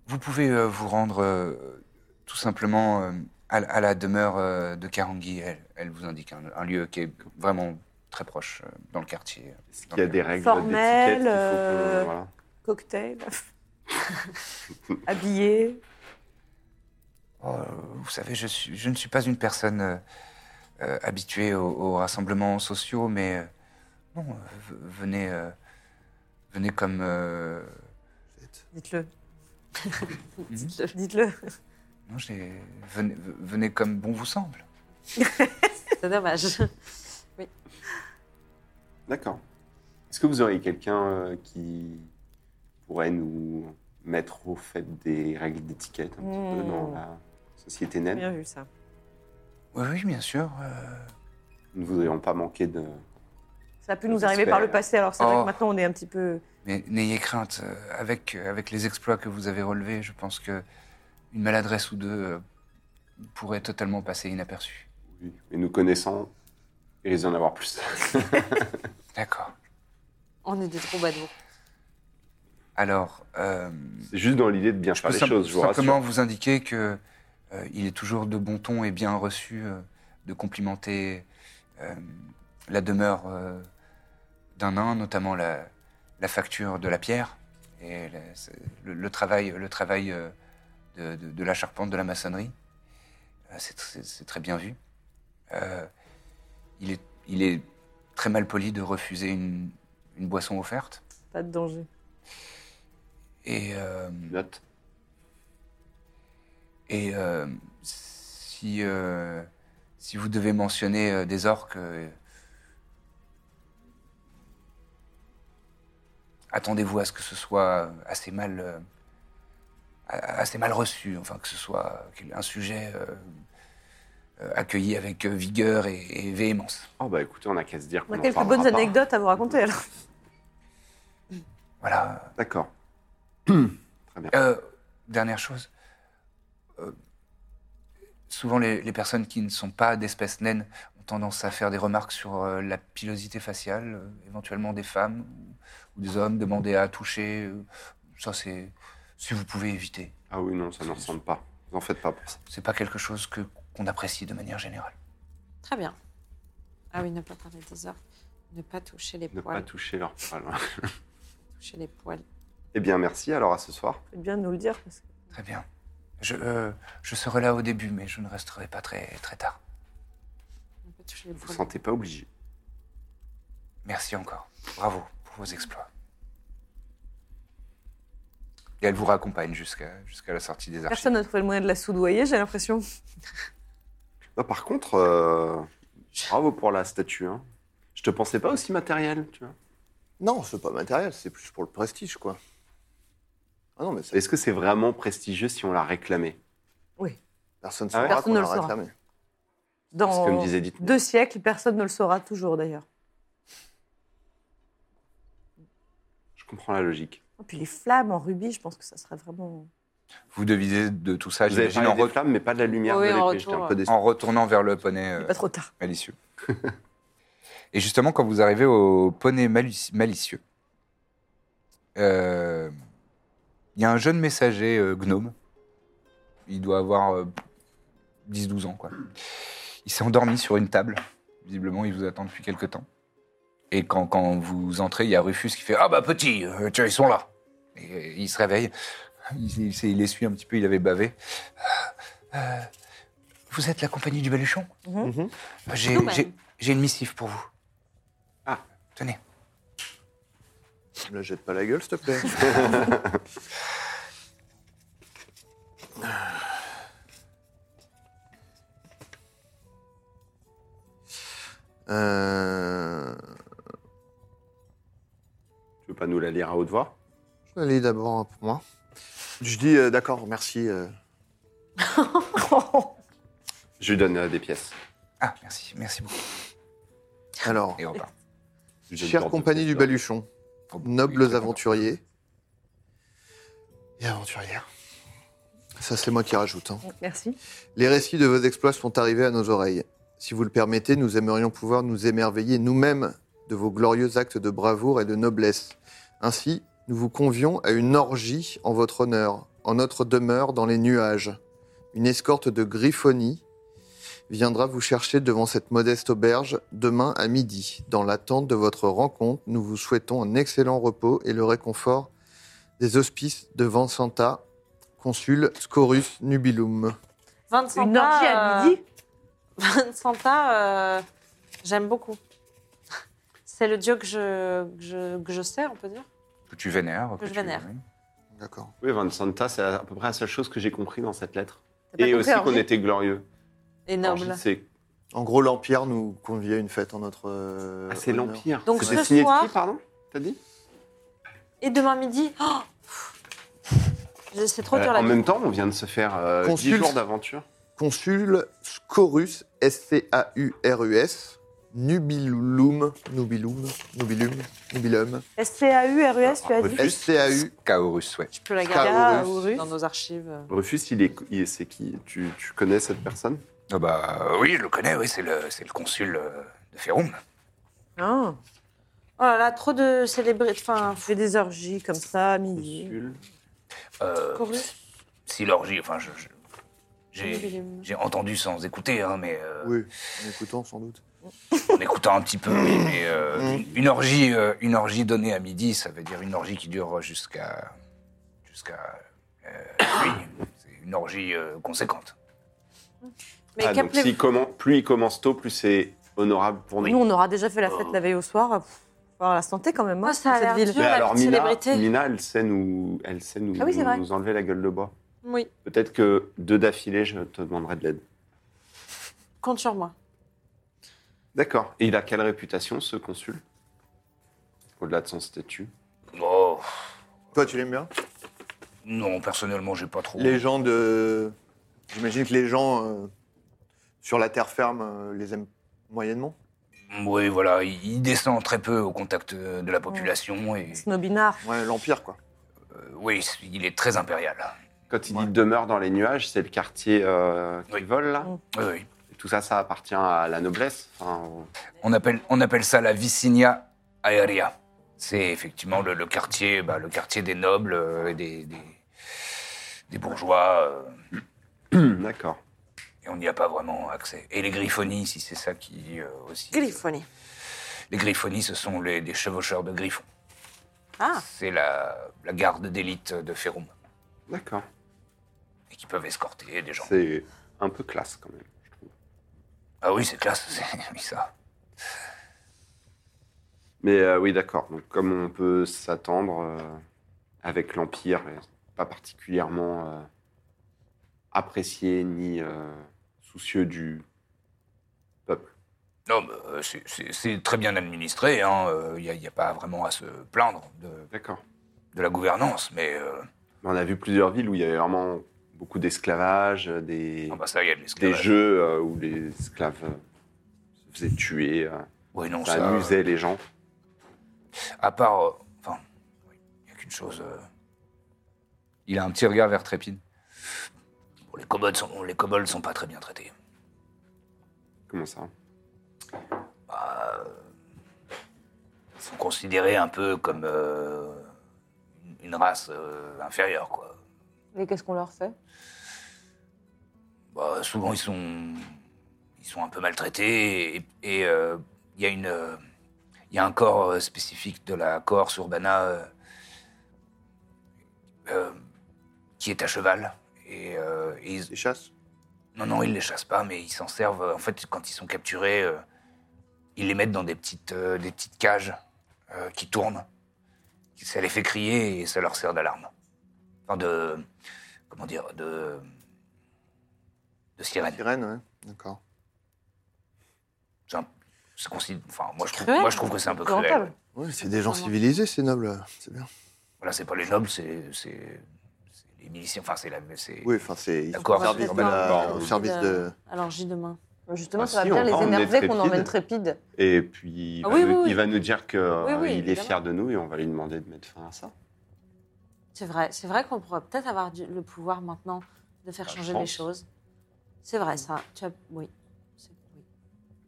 S1: vous pouvez euh, vous rendre euh, tout simplement euh, à, à la demeure euh, de Karangui. Elle, elle vous indique un, un lieu qui est vraiment très proche euh, dans le quartier.
S2: Est-ce qu'il y a des règles d'étiquette
S3: Formel,
S2: qu'il faut qu'on-
S3: euh,
S2: voilà.
S3: Cocktail. Habillé.
S1: Oh, euh, vous savez, je, suis- je ne suis pas une personne euh, euh, habituée aux, aux rassemblements sociaux, mais euh, non, euh, v- venez, euh, venez comme. euh,
S3: Dites-le. Dites-le.
S4: Mmh.
S1: non, j'ai- venez, venez comme bon vous semble.
S6: C'est dommage.
S2: D'accord. Est-ce que vous auriez quelqu'un euh, qui pourrait nous mettre au fait des règles d'étiquette un petit
S3: Mmh.
S2: peu dans la société naine
S3: Bien vu ça.
S1: Oui, oui, bien sûr. euh,
S2: Nous ne voudrions pas manquer de...
S3: Ça a pu nous
S2: J'espère.
S3: arriver par le passé, alors c'est vrai
S1: Oh.
S3: que maintenant on est un petit peu.
S1: Mais n'ayez crainte, euh, avec, euh, avec les exploits que vous avez relevés, je pense que une maladresse ou deux euh, pourrait totalement passer inaperçue.
S2: Oui. Et nous connaissant, il risque d'en avoir plus.
S1: D'accord.
S6: On est des troubadours.
S1: Alors, euh,
S2: C'est juste dans l'idée de bien
S1: je
S2: faire
S1: peux
S2: les
S1: sim-
S2: choses, je vous
S1: simplement
S2: rassure.
S1: vous indiquer que euh, il est toujours de bon ton et bien reçu euh, de complimenter euh, la demeure euh, d'un nain, notamment la, la facture de la pierre et la- c'est- le, le travail, le travail euh, de, de- de la charpente, de la maçonnerie. Euh, c'est tr- C'est c'est très bien vu. Euh, il, est, il est très mal poli de refuser une, une boisson offerte.
S3: Pas de danger.
S1: Et euh,
S2: Note.
S1: Et euh, si, euh, si vous devez mentionner euh, des orques, euh, attendez-vous à ce que ce soit assez mal, euh, a- assez mal reçu, enfin que ce soit quel- un sujet euh, euh, accueilli avec euh, vigueur et, et véhémence.
S2: Oh bah écoutez, on n'a qu'à se dire
S3: On
S2: qu'on
S3: a
S2: en
S3: quelques
S2: parlera
S3: bonnes
S2: pas.
S3: anecdotes à vous raconter alors.
S1: Voilà.
S2: D'accord.
S1: Euh, dernière chose. Euh, souvent, les, les personnes qui ne sont pas d'espèce naine ont tendance à faire des remarques sur euh, la pilosité faciale, euh, éventuellement des femmes ou, ou des hommes, demander à toucher. euh, ça, c'est. Si vous pouvez éviter.
S2: Ah oui, non, ça ne ressemble pas. Vous en faites pas pour ça.
S1: C'est pas quelque chose que qu'on apprécie de manière générale.
S6: Très bien. Ah oui, ne pas parler des orques. Ne pas toucher les
S2: Ne pas
S6: poils.
S2: toucher leur poil.
S6: toucher les poils.
S2: eh bien, merci alors à ce soir.
S3: Faites bien de nous le dire. Parce que...
S1: Très bien. Je, euh, je serai là au début, mais je ne resterai pas très, très tard.
S6: Ne pas toucher les
S2: Vous
S6: poils.
S2: vous sentez pas obligé.
S1: Merci encore. Bravo pour vos exploits. Et elle vous raccompagne jusqu'à jusqu'à la sortie des archives.
S3: Personne n'a trouvé le moyen de la soudoyer, j'ai l'impression.
S2: Ah, par contre, euh, bravo pour la statue. Hein. Je te pensais pas aussi matériel, tu vois.
S4: Non, c'est pas matériel, c'est plus pour le prestige, quoi. Ah non, mais ça,
S2: Est-ce que c'est vraiment prestigieux si on l'a réclamé
S4: personne ne
S2: Ah ouais
S4: saura
S3: Personne
S4: qu'on
S3: ne le
S4: l'a
S3: saura.
S4: réclamé.
S2: Parce que,
S3: Dans
S2: comme disait Dites.
S3: deux siècles, personne ne le saura toujours d'ailleurs.
S2: Je comprends la logique.
S3: Et Oh, puis les flammes en rubis, je pense que ça serait vraiment.
S1: Vous devisez de tout ça,
S2: Vous avez
S1: Ah, j'imagine,
S2: parlé
S1: en,
S2: des
S1: re-
S2: flammes, mais pas de la lumière
S6: Oui,
S2: de
S6: en
S2: l'épée. J'étais
S6: retour,
S2: un peu déçu.
S1: en retournant vers le poney euh,
S3: Pas trop tard.
S1: malicieux. Et justement, quand vous arrivez au poney malici- malicieux, euh, il y a un jeune messager euh, gnome. Il doit avoir euh, 10-12 ans, quoi. Il s'est endormi sur une table. Visiblement, il vous attend depuis quelque temps. Et quand, quand vous entrez, il y a Rufus qui fait « Ah bah petit, euh, tiens, ils sont là !» Et euh, il se réveille. Il, il, s'est- il essuie un petit peu, il avait bavé. Euh, vous êtes la compagnie du Baluchon
S3: Mhm.
S1: J'ai-
S6: Nous-mêmes.
S1: j'ai- J'ai une missive pour vous.
S2: Ah.
S1: Tenez.
S4: Ne la jette pas la gueule, s'il te plaît. Euh,
S2: Tu veux pas nous la lire à haute voix
S4: Je vais aller d'abord pour moi. Je dis euh, d'accord, merci. euh.
S2: Je lui donne euh, des pièces.
S1: Ah, merci, merci beaucoup.
S4: Alors,
S1: Et repart.
S2: Je lui donne
S4: chère
S2: une sorte de
S4: compagnie du
S2: pièce d'or.
S4: Baluchon,
S1: Oh, oui,
S4: nobles
S1: très
S4: aventuriers et aventurières. Ça, c'est moi qui rajoute. hein.
S3: Merci.
S4: Les récits de vos exploits sont arrivés à nos oreilles. Si vous le permettez, nous aimerions pouvoir nous émerveiller nous-mêmes de vos glorieux actes de bravoure et de noblesse. Ainsi, nous vous convions à une orgie en votre honneur, en notre demeure dans les nuages. Une escorte de griffonie viendra vous chercher devant cette modeste auberge demain à midi. Dans l'attente de votre rencontre, nous vous souhaitons un excellent repos et le réconfort des hospices de Vincenta, consul Scorus Nubilum.
S6: 25
S3: Une orgie à midi
S6: 25 euh, j'aime beaucoup. C'est le dieu que je, que, je, que je sais, on peut dire.
S1: Que tu vénères.
S6: Que je
S1: tu-
S6: vénère.
S1: oui.
S4: D'accord.
S2: Oui, Vincenta, c'est à peu près la seule chose que j'ai compris dans cette lettre.
S3: T'as pas
S2: Et
S3: compris,
S2: aussi
S3: Orgy
S2: qu'on était glorieux.
S6: Et
S2: Orgy,
S6: noble.
S2: c'est
S4: En gros, l'Empire nous convie à une fête en notre. euh,
S2: ah, c'est
S4: honneur.
S2: l'Empire.
S6: Donc
S2: C'était
S6: ce
S2: signé de qui,
S6: soir-
S2: pardon T'as dit
S6: Et demain midi, oh Je- c'est trop
S2: Euh,
S6: dur la
S2: En même temps, on vient de se faire euh, 10
S4: Consulte.
S2: jours d'aventure.
S4: Consul Scorus, S-C-A-U-R-U-S, E Nubilum, Nubilum, Nubilum, Nubilum,
S3: S-C-A-U-R-U-S, E tu as dit
S2: Refuse,
S4: S-C-A-U,
S1: Kaorus, ouais.
S6: Je peux la
S4: Scarabée.
S6: garder
S3: Scaurus.
S6: dans nos archives.
S2: refuse il est, il est- c'est qui tu, tu connais cette personne
S1: Ah bah euh, oui, je le connais, oui, c'est le, c'est le consul euh, de Féroum.
S3: Ah,
S6: Oh là là, trop de célébrités. Enfin,
S3: on fait des orgies comme ça à midi.
S2: Consul.
S1: Euh,
S6: Scorus.
S1: si l'orgie, enfin, je- je- j'ai
S6: Nubilum.
S1: j'ai entendu sans écouter, hein, mais euh,
S4: oui, en écoutant sans doute.
S1: en écoutant un petit peu. oui, mais euh, une orgie, euh, une orgie donnée à midi, ça veut dire une orgie qui dure jusqu'à jusqu'à euh, minuit. C'est une orgie euh, conséquente.
S6: Mais
S2: Ah, donc,
S6: qu'appelez-
S2: s'il commen- plus il commence tôt, plus c'est honorable pour
S3: Nous,
S2: nous.
S3: on aura déjà fait la fête la veille au soir. Pff, Faut avoir la santé quand même, hein,
S6: Moi, ça a
S3: cette
S6: l'air
S3: ville.
S6: dur.
S2: Mais
S6: la
S2: alors
S6: petite
S2: Mina,
S6: célébrité.
S2: Mina, elle sait nous, elle sait nous,
S3: Ah oui, c'est vrai.
S2: nous enlever la gueule de bois.
S6: Oui,
S2: Peut-être que deux d'affilée, je te demanderai de l'aide.
S6: compte sur moi.
S2: D'accord. Et il a quelle réputation, ce consul Au-delà de son statut.
S1: Oh,
S4: Toi, tu l'aimes bien
S1: non, personnellement, j'ai pas trop.
S4: Les gens de. J'imagine que les gens euh, sur la terre ferme euh, les aiment moyennement.
S1: Oui, voilà, il il descend très peu au contact euh, de la population et
S3: Snobinard.
S4: Ouais, l'Empire, quoi.
S1: euh, oui, il est très impérial.
S2: Quand il dit demeure dans les nuages, c'est le quartier euh, qui
S1: Oui.
S2: vole, là.
S1: Oui, oui.
S2: Et Tout ça, ça appartient à la noblesse. Enfin, au-
S1: On appelle, on appelle ça la Vicinia Aerea. C'est effectivement le, le quartier, bah, le quartier des nobles euh, et des, des, des bourgeois. euh,
S2: D'accord.
S1: et on n'y a pas vraiment accès. Et les griffonies, si c'est ça qui euh, aussi.
S6: Griffonie.
S1: Les griffonies, ce sont les, des chevaucheurs de griffons.
S6: Ah,
S1: C'est la, la garde d'élite de Ferum.
S2: D'accord.
S1: Et qui peuvent escorter des gens.
S2: C'est un peu classe, quand même. je trouve.
S1: Ah oui, c'est classe, c'est oui, ça.
S2: Mais euh, oui, d'accord. Donc, comme on peut s'attendre euh, avec l'Empire, et pas particulièrement euh, apprécié ni euh, soucieux du peuple.
S1: Non, mais, euh, c'est- c'est c'est très bien administré, il hein. n'y a, y a pas vraiment à se plaindre de,
S2: D'accord.
S1: de la gouvernance, mais euh,
S2: On a vu plusieurs villes où il y avait vraiment beaucoup d'esclavage, des,
S1: ah bah ça, il y a de
S2: des
S1: l'esclavage.
S2: jeux euh, où les esclaves euh, se faisaient tuer. euh,
S1: Oui, non,
S2: ça
S1: ça, euh,
S2: amusait les gens.
S1: À part. euh, Enfin, il n'y a qu'une chose. euh, Il a un petit regard vers Trépide. Bon, les kobolds sont, les kobolds sont pas très bien traités.
S2: Comment ça
S1: Ils sont considérés un peu comme euh, une- une race euh, inférieure, quoi.
S6: mais qu'est-ce qu'on leur fait
S1: Bah, souvent, ils sont, ils sont un peu maltraités et et, euh, il y a une, euh, il y a un corps euh, spécifique de la Corse Urbana euh, euh, qui est à cheval et, euh, et ils-
S4: Les chasses
S1: Non, non, ils les chassent pas, mais ils s'en servent. En fait, quand ils sont capturés, euh, ils les mettent dans des petites, euh, des petites cages euh, qui tournent. Ça les fait crier et ça leur sert d'alarme. Enfin, de. Comment dire De. De sirène.
S4: Sirène, ouais. D'accord.
S1: C'est un- c'est consid- Enfin, moi je, trouve,
S6: cruel.
S1: moi, je trouve que c'est un peu cruel.
S6: Lamentable.
S4: Ouais, c'est des gens civilisés, ces nobles. C'est bien.
S1: Voilà, c'est pas les nobles, c'est. C'est c'est les miliciens. Enfin, c'est la. c'est-
S4: Oui, enfin, c'est. ils sont
S1: D'accord.
S4: au service de la- au service de.
S6: Alors, j'y demain.
S2: Ah,
S8: Justement, ça va
S2: si, on
S8: bien
S2: va
S8: les
S2: emmener
S8: énerver qu'on
S2: Trépide.
S8: emmène Trépide.
S2: Et puis, il
S6: Ah
S2: va,
S6: oui,
S2: nous,
S6: oui, oui.
S2: il va nous dire qu'il
S6: Oui, oui,
S2: est
S6: évidemment.
S2: fier de nous et on va lui demander de mettre fin à ça.
S6: C'est vrai, c'est vrai qu'on pourrait peut-être avoir du- le pouvoir maintenant de faire
S1: Bah,
S2: Ah, je
S6: changer les
S2: pense.
S6: choses. C'est vrai, ça. Tu as... oui. C'est- oui.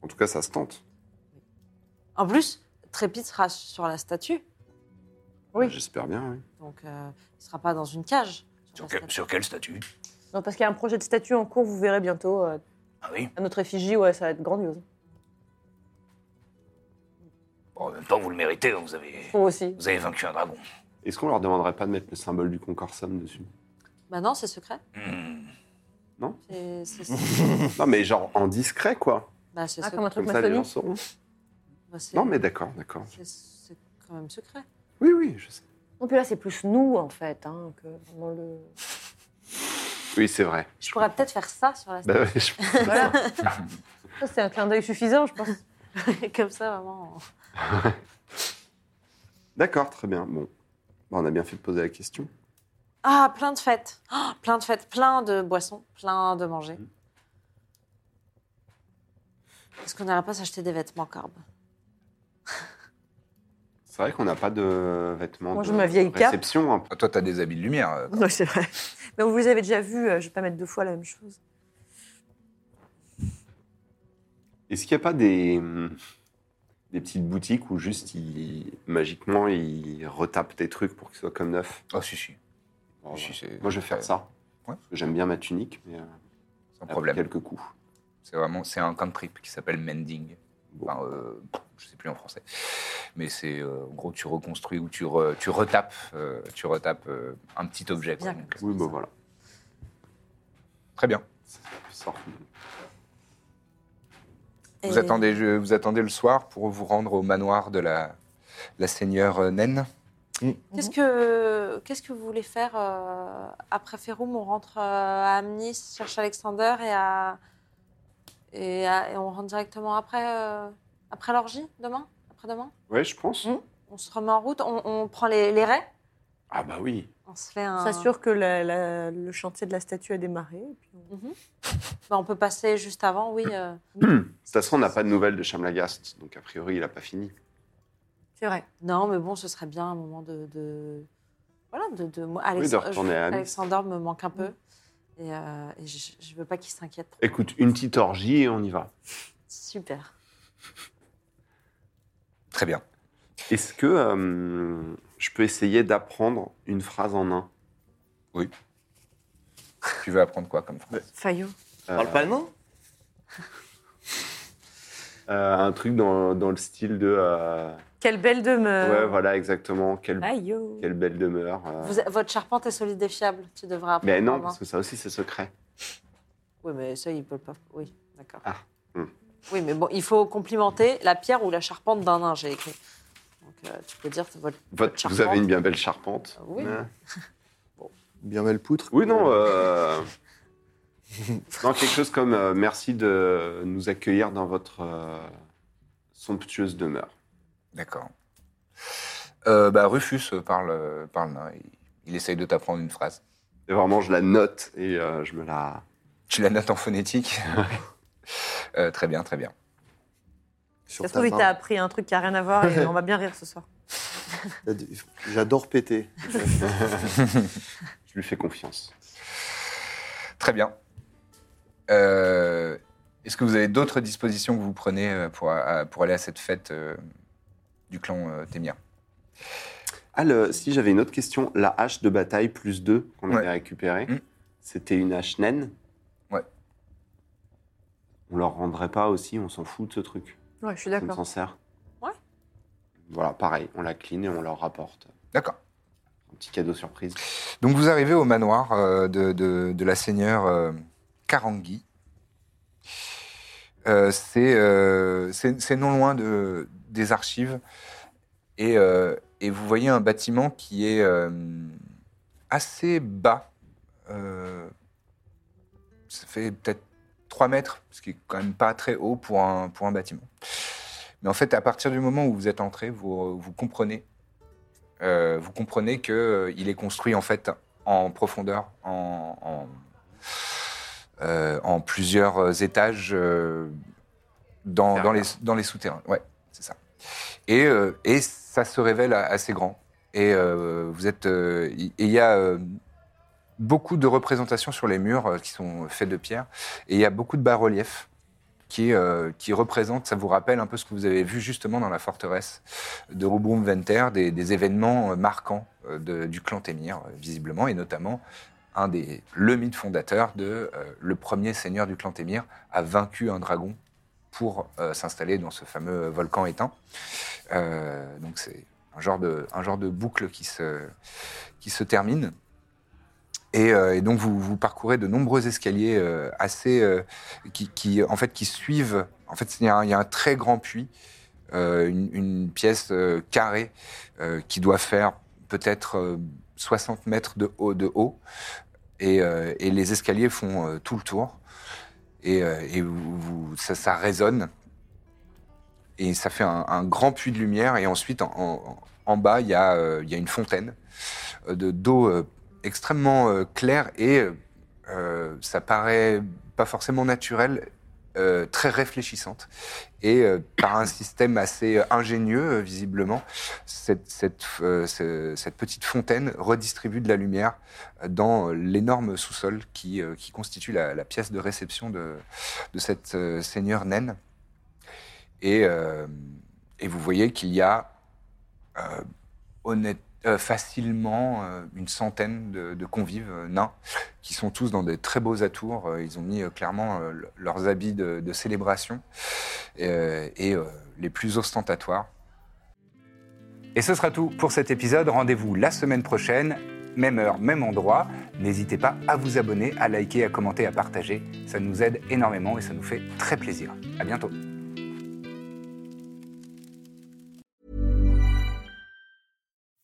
S2: En tout cas, ça se tente.
S6: En plus, Trépide sera sur la statue,
S3: Oui.
S9: J'espère bien, oui.
S6: donc euh, il ne sera pas dans une cage.
S1: Sur,
S6: la
S1: quel-
S6: statue.
S1: sur quelle statue
S3: Non, parce qu'il y a un projet de statue en cours, vous verrez bientôt. euh,
S1: Ah oui.
S3: à notre effigie, ouais, ça va être grandiose.
S1: Bon, en même temps, vous le méritez, hein, vous avez,
S3: Vous aussi.
S1: vous avez vaincu un dragon.
S2: Est-ce qu'on leur demanderait pas de mettre le symbole du concorsum dessus
S6: Bah non, c'est secret.
S1: Hmm.
S6: C'est c'est-
S2: Non, mais genre en discret, quoi.
S6: bah, c'est
S3: Ah,
S6: sec-
S3: comme un truc
S2: Comme ça, les gens
S3: maçonnique.
S2: sauront.
S6: bah, c'est-
S2: Non, mais d'accord, d'accord.
S6: c'est- C'est quand même secret.
S2: Oui, oui, je sais.
S3: Non, puis là, c'est plus nous, en fait, hein, que vraiment le.
S2: Oui, c'est vrai.
S6: Je pourrais peut-être faire ça sur la
S2: Bah ouais, je-
S3: Voilà. ça, c'est un clin d'œil suffisant, je pense.
S6: statue. Comme ça, vraiment.
S2: D'accord, très bien. Bon, Bah, on a bien fait de poser la question.
S6: Ah, plein de fêtes. Ah, plein de fêtes, plein de boissons, plein de manger.
S2: Hmm.
S6: Est-ce qu'on n'ira pas s'acheter des vêtements, Corbe
S2: C'est vrai qu'on n'a pas de vêtements
S3: Moi,
S2: de
S3: j'ai ma vieille cape.
S2: réception. hein, un peu.
S1: Ah, Toi, t'as des habits de lumière. euh,
S3: Ouais, c'est vrai. Mais vous les avez déjà vus, euh, je vais pas mettre deux fois la même chose.
S2: Est-ce qu'il n'y a pas des, hum, des petites boutiques où juste, ils- magiquement, ils retapent des trucs pour qu'ils soient comme neufs
S1: Oh, si, si,
S2: Bon,
S1: Si,
S2: voilà.
S1: c'est-
S2: Moi, je vais faire ça.
S1: Ouais.
S2: Parce que J'aime bien ma tunique, mais euh,
S1: sans
S2: avec
S1: problème.
S2: quelques coups.
S1: C'est vraiment c'est un cantrip qui s'appelle mending.
S2: Bon.
S1: Enfin, euh, je sais plus en français. Mais c'est euh, en gros, tu reconstruis ou tu, re- tu retapes, euh, tu retapes euh, un petit objet. quoi.
S6: Bien.
S1: Donc, euh,
S2: Oui, bah voilà.
S1: très bien.
S2: Sort.
S1: Vous,
S6: Et-
S1: attendez, je- vous attendez le soir pour vous rendre au manoir de la, la seigneur euh, Naine
S6: Qu'est-ce que qu'est-ce que vous voulez faire euh, après Ferrum On rentre euh, à Amnis, cherche Alexander et à et, à- et on rentre directement après euh, après l'orgie demain, après demain.
S2: Ouais, je pense.
S3: Mm.
S6: On se remet en route, on, on prend les, les raies,
S2: Ah bah oui.
S6: on se fait un.
S3: On s'assure que la- la- le chantier de la statue a démarré. et puis on-
S6: Bah, on peut passer juste avant, oui. euh,
S2: De toute façon, on n'a pas de nouvelles de Chamlagast, donc a priori, il n'a pas fini.
S3: C'est vrai.
S6: Non, mais bon, ce serait bien un moment de, de- voilà de, de... moi,
S2: Oui, de retourner à Amnis.
S6: Alexander me manque un peu et, euh, et je, je veux pas qu'il s'inquiète. trop.
S2: Écoute, une petite orgie et on y va.
S6: Super.
S1: Très bien.
S2: Est-ce que euh, je peux essayer d'apprendre une phrase en un
S1: Tu veux apprendre quoi comme français
S3: Fayot.
S2: Euh,
S8: Parle pas allemand
S2: euh, Un truc dans, dans le style de. euh,
S3: Quelle belle
S2: Ouais,
S6: Euh.
S3: demeure.
S2: voilà, exactement. Quelle,
S3: Fayot.
S2: quelle belle demeure. euh.
S6: Vous- votre charpente est solide et fiable, tu devras apprendre.
S2: Mais non,
S6: vraiment.
S2: parce que ça aussi, c'est secret.
S6: Oui, mais ça, ils peuvent pas. Oui, d'accord.
S2: Ah, hmm.
S6: Oui, mais bon, il faut complimenter la pierre ou la charpente d'un nain, j'ai écrit. Donc, euh, tu peux dire votre.
S2: Votre-
S6: charpente.
S2: vous avez une bien belle charpente.
S6: Oui.
S2: Ouais.
S4: Bien mal poutre.
S2: Oui, non. euh, non, quelque chose comme euh, merci de nous accueillir dans votre euh, somptueuse demeure.
S1: D'accord. Euh, bah, Rufus parle, euh, parle nain. Il, il essaye de t'apprendre une phrase.
S2: Et vraiment, je la note et euh, je me la.
S1: Tu la notes en phonétique Euh, Très bien, très bien.
S4: Sur
S3: Ça se
S4: ta
S3: trouve, il
S4: main.
S3: t'a appris un truc qui a rien à voir et on va bien rire ce soir.
S4: T'as dit, J'adore péter.
S2: Je lui fais confiance.
S1: Très bien. Euh, Est-ce que vous avez d'autres dispositions que vous prenez euh, pour, à- pour aller à cette fête euh, du clan euh, Témir
S2: Ah, le- si j'avais une autre question, la hache de bataille plus 2 qu'on
S1: Ouais.
S2: avait récupérée,
S1: Mm.
S2: c'était une hache naine
S1: Ouais.
S2: On leur rendrait pas aussi, on s'en fout de ce truc.
S3: Ouais, je suis
S2: On s'en
S3: d'accord.
S2: sert.
S6: Ouais.
S2: Voilà, pareil, on la clean et on leur rapporte
S1: D'accord.
S2: un petit cadeau surprise.
S1: Donc vous arrivez au manoir euh, de, de- de la seigneur euh, Karangui. Euh, C'est euh, c'est- c'est non loin de, des archives. Et, euh, et vous voyez un bâtiment qui est euh, assez bas. Euh, ça fait peut-être 3 mètres, ce qui est quand même pas très haut pour un, pour un bâtiment. Mais en fait, à partir du moment où vous êtes entré, vous, vous comprenez euh, vous comprenez que euh, il est construit en fait en profondeur, en, en, euh, en plusieurs euh, étages euh, dans, dans les, dans les souterrains. Ouais, c'est ça. Et, euh, et ça se révèle a- assez grand. Et euh, vous êtes, euh, y- et il y a euh, beaucoup de représentations sur les murs euh, qui sont faits de pierre, et il y a beaucoup de bas-reliefs qui, euh, qui représente, ça vous rappelle un peu ce que vous avez vu justement dans la forteresse de Rubrum-Venter, des, des événements euh, marquants euh, de- du clan Témir, euh, visiblement, et notamment un des, le mythe fondateur de euh, le premier seigneur du clan Témir a vaincu un dragon pour euh, s'installer dans ce fameux volcan éteint. Euh, donc c'est un genre de, un genre de boucle qui se, qui se termine. Et, euh, et donc vous, vous parcourez de nombreux escaliers euh, assez euh, qui, qui, en fait qui suivent. En fait, hein, il y, a un- il y a un très grand puits, euh, une, une pièce euh, carrée euh, qui doit faire peut-être euh, 60 mètres de haut, de haut. Et, euh, et les escaliers font euh, tout le tour. Et, euh, et vous- vous- ça, ça résonne. Et ça fait un, un grand puits de lumière. Et ensuite, en, en- en bas, il y, a, euh, il y a une fontaine euh, de- d'eau euh, extrêmement euh, claire et euh, ça paraît pas forcément naturel, euh, très réfléchissante. Et euh, par un système assez euh, ingénieux, euh, visiblement, cette, cette, euh, ce- cette petite fontaine redistribue de la lumière euh, dans l'énorme sous-sol qui, euh, qui constitue la, la pièce de réception de, de cette euh, seigneur naine. Et, euh, et vous voyez qu'il y a euh, honnête- euh, facilement euh, une centaine de, de convives euh, nains qui sont tous dans des très beaux atours. Euh, Ils ont mis euh, clairement euh, le- leurs habits de, de célébration euh, et euh, les plus ostentatoires. Et ce sera tout pour cet épisode. Rendez-vous la semaine prochaine, même heure, même endroit. N'hésitez pas à vous abonner, à liker, à commenter, à partager. Ça nous aide énormément et ça nous fait très plaisir. À bientôt.